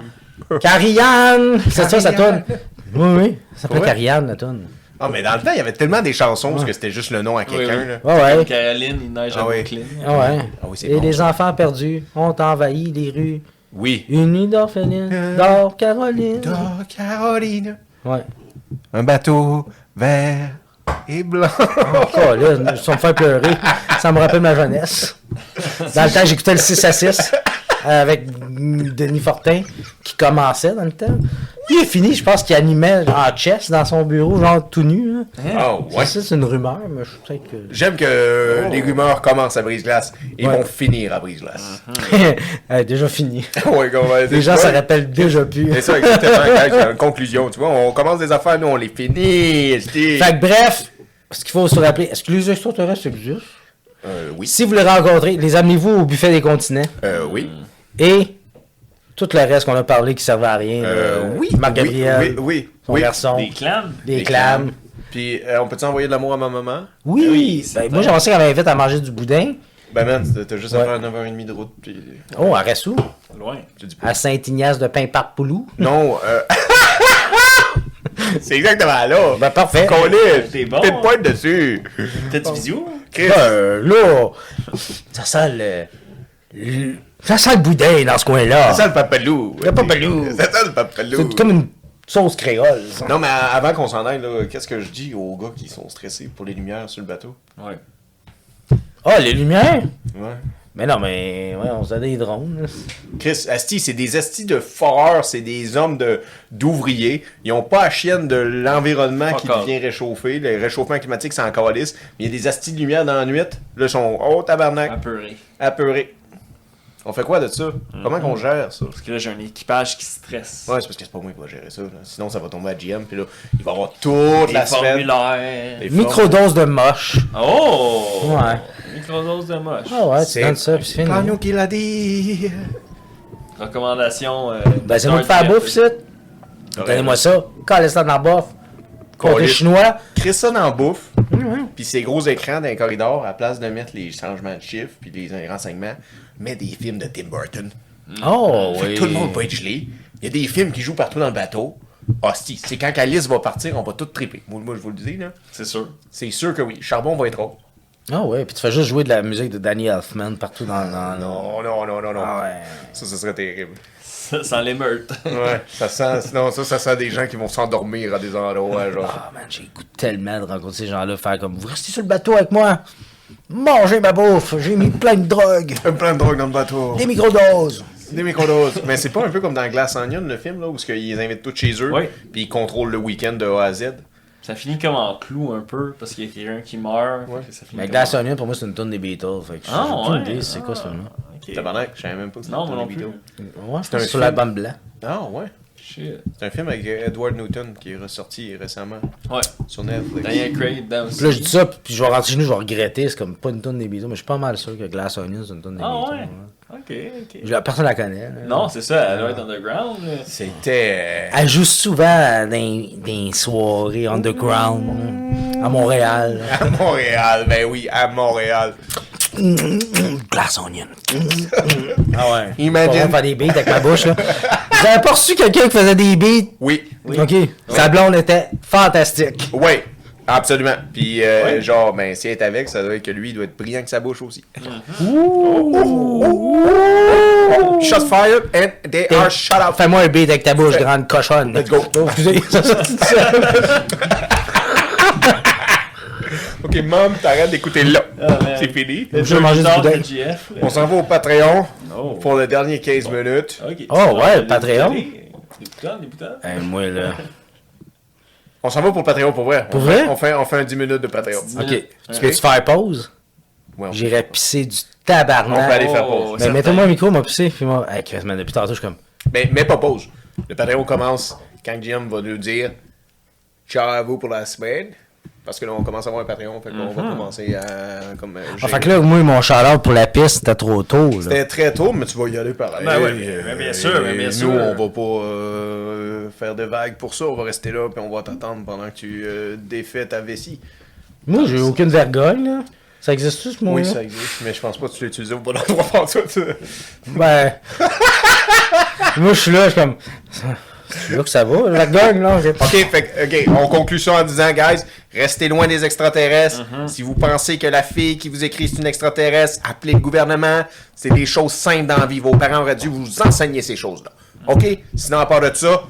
Speaker 2: Carianne! C'est ça, ça tourne.
Speaker 1: Carianne.
Speaker 2: Oui, oui. Ça s'appelait
Speaker 1: Ouais.
Speaker 2: Carianne, la tourne.
Speaker 1: Ah, mais dans le temps, il y avait tellement des chansons parce que c'était juste le nom à quelqu'un.
Speaker 3: oui.
Speaker 1: là.
Speaker 2: Ouais, ouais.
Speaker 3: Comme Caroline, il neige
Speaker 1: Ah
Speaker 3: à
Speaker 1: oui.
Speaker 3: Brooklyn.
Speaker 2: Ah ouais.
Speaker 1: Ah oui, c'est
Speaker 2: et
Speaker 1: bon,
Speaker 2: les enfants perdus ont envahi les rues.
Speaker 1: Oui.
Speaker 2: Une nuit d'orpheline. D'or Caroline.
Speaker 1: Oh, Caroline,
Speaker 2: Ouais.
Speaker 1: un bateau vert et blanc.
Speaker 2: Oh, là, ça me fait pleurer. Ça me rappelle ma jeunesse. Dans le temps, j'écoutais le 6 à 6. avec Denis Fortin, qui commençait dans le temps. Puis il a fini, je pense qu'il animait en chess dans son bureau, genre tout nu. là.
Speaker 1: Oh, ouais.
Speaker 2: Ça, c'est une rumeur, mais je suis peut-être que.
Speaker 1: J'aime que les rumeurs commencent à brise-glace et
Speaker 2: Ouais.
Speaker 1: vont finir à brise-glace.
Speaker 2: Elle est Eh, déjà fini.
Speaker 1: Ouais, comme, euh,
Speaker 2: Les gens
Speaker 1: c'est-
Speaker 2: se rappellent déjà plus.
Speaker 1: C'est ça, exactement. Quand j'ai une conclusion, tu vois, on commence des affaires, nous, on les finit. c'est-
Speaker 2: Fait que bref, ce qu'il faut se rappeler, est-ce que les extraterrestres existent?
Speaker 1: Euh, oui.
Speaker 2: Si vous les rencontrez, les amenez-vous au buffet des continents
Speaker 1: Euh, oui.
Speaker 2: et tout le reste qu'on a parlé qui servait à rien.
Speaker 1: Euh,
Speaker 2: là,
Speaker 1: oui.
Speaker 2: Marc
Speaker 1: oui,
Speaker 2: Gabriel,
Speaker 1: Oui, oui.
Speaker 2: son
Speaker 1: oui.
Speaker 2: garçon,
Speaker 3: Des clams.
Speaker 2: des,
Speaker 1: Des
Speaker 2: clams.
Speaker 1: clams. Puis, euh, on peut-tu envoyer de l'amour à ma maman?
Speaker 2: Oui,
Speaker 3: Oui,
Speaker 2: ben,
Speaker 3: c'est
Speaker 2: moi
Speaker 3: vrai.
Speaker 2: j'aimerais ça qu'elle m'invite à manger du boudin.
Speaker 1: Ben, man, t'as juste à
Speaker 2: Ouais.
Speaker 1: faire 9h30 de route, puis...
Speaker 2: Oh, à Ressou,
Speaker 3: Loin.
Speaker 1: tu dis-
Speaker 2: à Saint-Ignace de Pimparpoulou.
Speaker 1: Non, euh... C'est exactement là.
Speaker 2: Ben parfait.
Speaker 1: Qu'on est,
Speaker 3: C'est bon.
Speaker 1: Fais de pointe dessus.
Speaker 3: T'as-tu visio?
Speaker 1: Chris.
Speaker 2: Ben, là, ça sent le, le- Ça sent le boudin dans ce coin-là.
Speaker 1: C'est ça le papalou.
Speaker 2: Le papalou.
Speaker 1: C'est ça le papalou.
Speaker 2: ben, C'est comme une sauce créole. ça.
Speaker 1: Non, mais à- avant qu'on s'en aille, là, qu'est-ce que je dis aux gars qui sont stressés pour les lumières sur le bateau?
Speaker 3: Ouais.
Speaker 2: Ah, les lumières?
Speaker 1: Ouais.
Speaker 2: Mais non, mais ouais, on se donne des drones. là.
Speaker 1: Chris, Asti, c'est des Asti de foreurs, c'est des hommes de d'ouvriers. Ils ont pas à chienne de l'environnement qui
Speaker 3: Fuck off.
Speaker 1: devient réchauffé. Le réchauffement climatique, c'est encore lisse. Mais il y a des Asti de lumière dans la nuit. Là, ils sont oh
Speaker 2: Ah,
Speaker 1: tabarnak,
Speaker 3: Apeuré.
Speaker 1: apeurés. On fait quoi de ça? Comment qu'on gère ça?
Speaker 3: Parce que là, j'ai un équipage qui stresse.
Speaker 1: Ouais, c'est parce que c'est pas moi qui va gérer ça. là. Sinon, ça va tomber à GM. Puis là, il va y avoir toute
Speaker 3: Des
Speaker 1: la semaine.
Speaker 3: formulaires.
Speaker 1: Des formes.
Speaker 2: Microdose de moche.
Speaker 3: Oh!
Speaker 2: Ouais.
Speaker 3: Microdose de moche.
Speaker 2: Ah ouais, tu donnes ça, puis c'est
Speaker 1: Pas
Speaker 2: fini.
Speaker 1: nous qui l'a dit.
Speaker 3: Recommandation. euh,
Speaker 2: Ben, c'est moi qui fais la
Speaker 3: Dark
Speaker 2: bouffe,
Speaker 3: Web.
Speaker 2: ça. Donnez-moi ça. Calez ça dans la bouffe. Côté
Speaker 1: Calisse.
Speaker 2: chinois.
Speaker 1: Crée ça dans la bouffe. Puis ces gros écrans dans les corridors, à la place de mettre les changements de chiffres puis les renseignements, mets des films de Tim Burton.
Speaker 2: Oh,
Speaker 1: Fait que
Speaker 2: oui.
Speaker 1: tout le monde va être gelé. Il y a des films qui jouent partout dans le bateau. Hostie, c'est quand Alice va partir, on va tout triper. Moi, moi, je vous le dis, là.
Speaker 3: C'est sûr.
Speaker 1: C'est sûr que oui. Charbon va être haut.
Speaker 2: Ah ouais, puis tu fais juste jouer de la musique de Danny Elfman partout dans... dans, dans-
Speaker 1: Non, Oh, non, non, non, non.
Speaker 2: Ah ouais.
Speaker 1: Ça, ça serait terrible.
Speaker 3: Ça Sans l'émeute.
Speaker 1: Ouais, ça sent, sinon, ça, ça sent des gens qui vont s'endormir à des endroits, genre.
Speaker 2: Ah man, j'ai le goût tellement de rencontrer ces gens-là, faire comme vous restez sur le bateau avec moi, mangez ma bouffe, j'ai mis plein de drogues,
Speaker 1: Un plein de drogue dans le bateau.
Speaker 2: des microdoses.
Speaker 1: Des microdoses. Mais c'est pas un peu comme dans Glass Onion, le film, là, où ce qu'ils les invitent tous chez eux,
Speaker 3: Oui.
Speaker 1: puis ils contrôlent le week-end de A à Z.
Speaker 3: Ça finit comme en clou un peu, parce qu'il y a quelqu'un qui meurt. fait que ça finit
Speaker 2: Mais
Speaker 3: comme-
Speaker 2: Glass Onion, pour moi, c'est une tonne des Beatles. Fait que j'ai
Speaker 3: Ah,
Speaker 2: aucune
Speaker 3: ouais. Ah,
Speaker 2: idée, c'est quoi ce film-là.
Speaker 3: Ok.
Speaker 1: Tabarnak, je savais même pas que c'était
Speaker 3: Non, moi
Speaker 1: Tony
Speaker 3: non plus.
Speaker 1: Vito.
Speaker 2: Ouais, je
Speaker 1: un
Speaker 2: pense sur
Speaker 1: film.
Speaker 2: l'album blanc.
Speaker 1: Ah, ouais.
Speaker 3: Shit.
Speaker 1: C'est un film avec euh, Edward Newton qui est ressorti récemment
Speaker 3: Ouais.
Speaker 1: sur Netflix.
Speaker 3: Daniel Craig dedans
Speaker 2: Puis là,
Speaker 3: aussi.
Speaker 2: je dis ça, puis je vais rentrer chez nous, je vais regretter, c'est comme pas une tonne des Beatles, mais je suis pas mal sûr que Glass Onion, c'est une tonne des
Speaker 3: Ah
Speaker 2: Beatles.
Speaker 3: ouais.
Speaker 2: ouais.
Speaker 3: Ok, ok.
Speaker 2: Je- la- Personne la connaît. là.
Speaker 3: Non, c'est ça, elle doit être underground. là.
Speaker 1: C'était.
Speaker 2: Elle joue souvent à des, des soirées underground là, à Montréal. là.
Speaker 1: À Montréal, ben oui, à Montréal.
Speaker 2: Glass onion. ah ouais.
Speaker 1: Imagine.
Speaker 2: Pour faire des beats avec ma bouche, là. J'avais pas reçu quelqu'un qui faisait des beats.
Speaker 1: Oui.
Speaker 2: OK. Sa blonde était fantastique.
Speaker 1: Ouais. Absolument. Puis, euh, genre, ben, si elle est avec, ça doit être que lui, il doit être brillant que sa bouche aussi. Shots fired and they are shut up.
Speaker 2: Fais-moi un beat avec ta bouche, grande cochonne.
Speaker 1: Let's go.
Speaker 2: Oh, excusez, ça sortit tout seul.
Speaker 1: Ok, mom, t'arrêtes d'écouter là.
Speaker 3: man.
Speaker 1: C'est fini.
Speaker 2: Je vais manger du
Speaker 3: Tard,
Speaker 2: boudin.
Speaker 3: le GF, là.
Speaker 1: On s'en va au Patreon
Speaker 3: Oh.
Speaker 1: pour le dernier 15 minutes.
Speaker 3: Ok.
Speaker 2: Oh, ouais,
Speaker 3: Ah, les
Speaker 2: Patreon.
Speaker 3: boutons, Les boutons, les boutons.
Speaker 2: Eh, moi, là.
Speaker 1: On s'en va pour le Patreon pour vrai.
Speaker 2: Pour
Speaker 1: on
Speaker 2: vrai?
Speaker 1: Fait, on, fait, on fait un 10 minutes de Patreon.
Speaker 2: OK.
Speaker 3: Ouais.
Speaker 2: Tu peux-tu faire pause?
Speaker 1: Ouais, on-
Speaker 2: J'irais pisser du
Speaker 1: on peut aller
Speaker 2: tabarnak.
Speaker 1: faire pause.
Speaker 2: Mais mettez-moi un micro, moi pisser. Puis moi, hey, Chris, man, depuis tantôt, je suis comme.
Speaker 1: Mais, mais pas pause. Le Patreon commence quand Jim va nous dire ciao à vous pour la semaine. Parce que là, on commence à avoir un Patreon. Fait qu'on va commencer à. Comme, euh,
Speaker 2: Ah, fait que
Speaker 1: gérer.
Speaker 2: là, moi, mon chaleur pour la piste, c'était trop tôt. là.
Speaker 1: C'était très tôt, mais tu vas y aller pareil. Euh,
Speaker 3: Ben ouais, mais- mais bien sûr, mais bien
Speaker 1: nous,
Speaker 3: sûr.
Speaker 1: on va pas euh, faire de vagues pour ça. On va rester là, puis on va t'attendre pendant que tu euh, défais ta vessie.
Speaker 2: Moi, j'ai aucune vergogne, là. Ça existe-tu, ce mot-là?
Speaker 1: Oui, ça existe, mais je pense pas que tu l'as utilisé au bon endroit pour tout.
Speaker 2: Ben. Moi, je suis là, je suis comme. C'est là que ça va, la gagne, là. j'ai-
Speaker 1: OK, fait, que- OK, on conclut ça en disant, guys, restez loin des extraterrestres.
Speaker 3: Uh-huh.
Speaker 1: Si vous pensez que la fille qui vous écrit c'est une extraterrestre, appelez le gouvernement.
Speaker 3: Uh-huh.
Speaker 1: C'est des choses simples dans la vie. Vos parents auraient dû vous enseigner ces choses-là. OK? Sinon, à part de ça,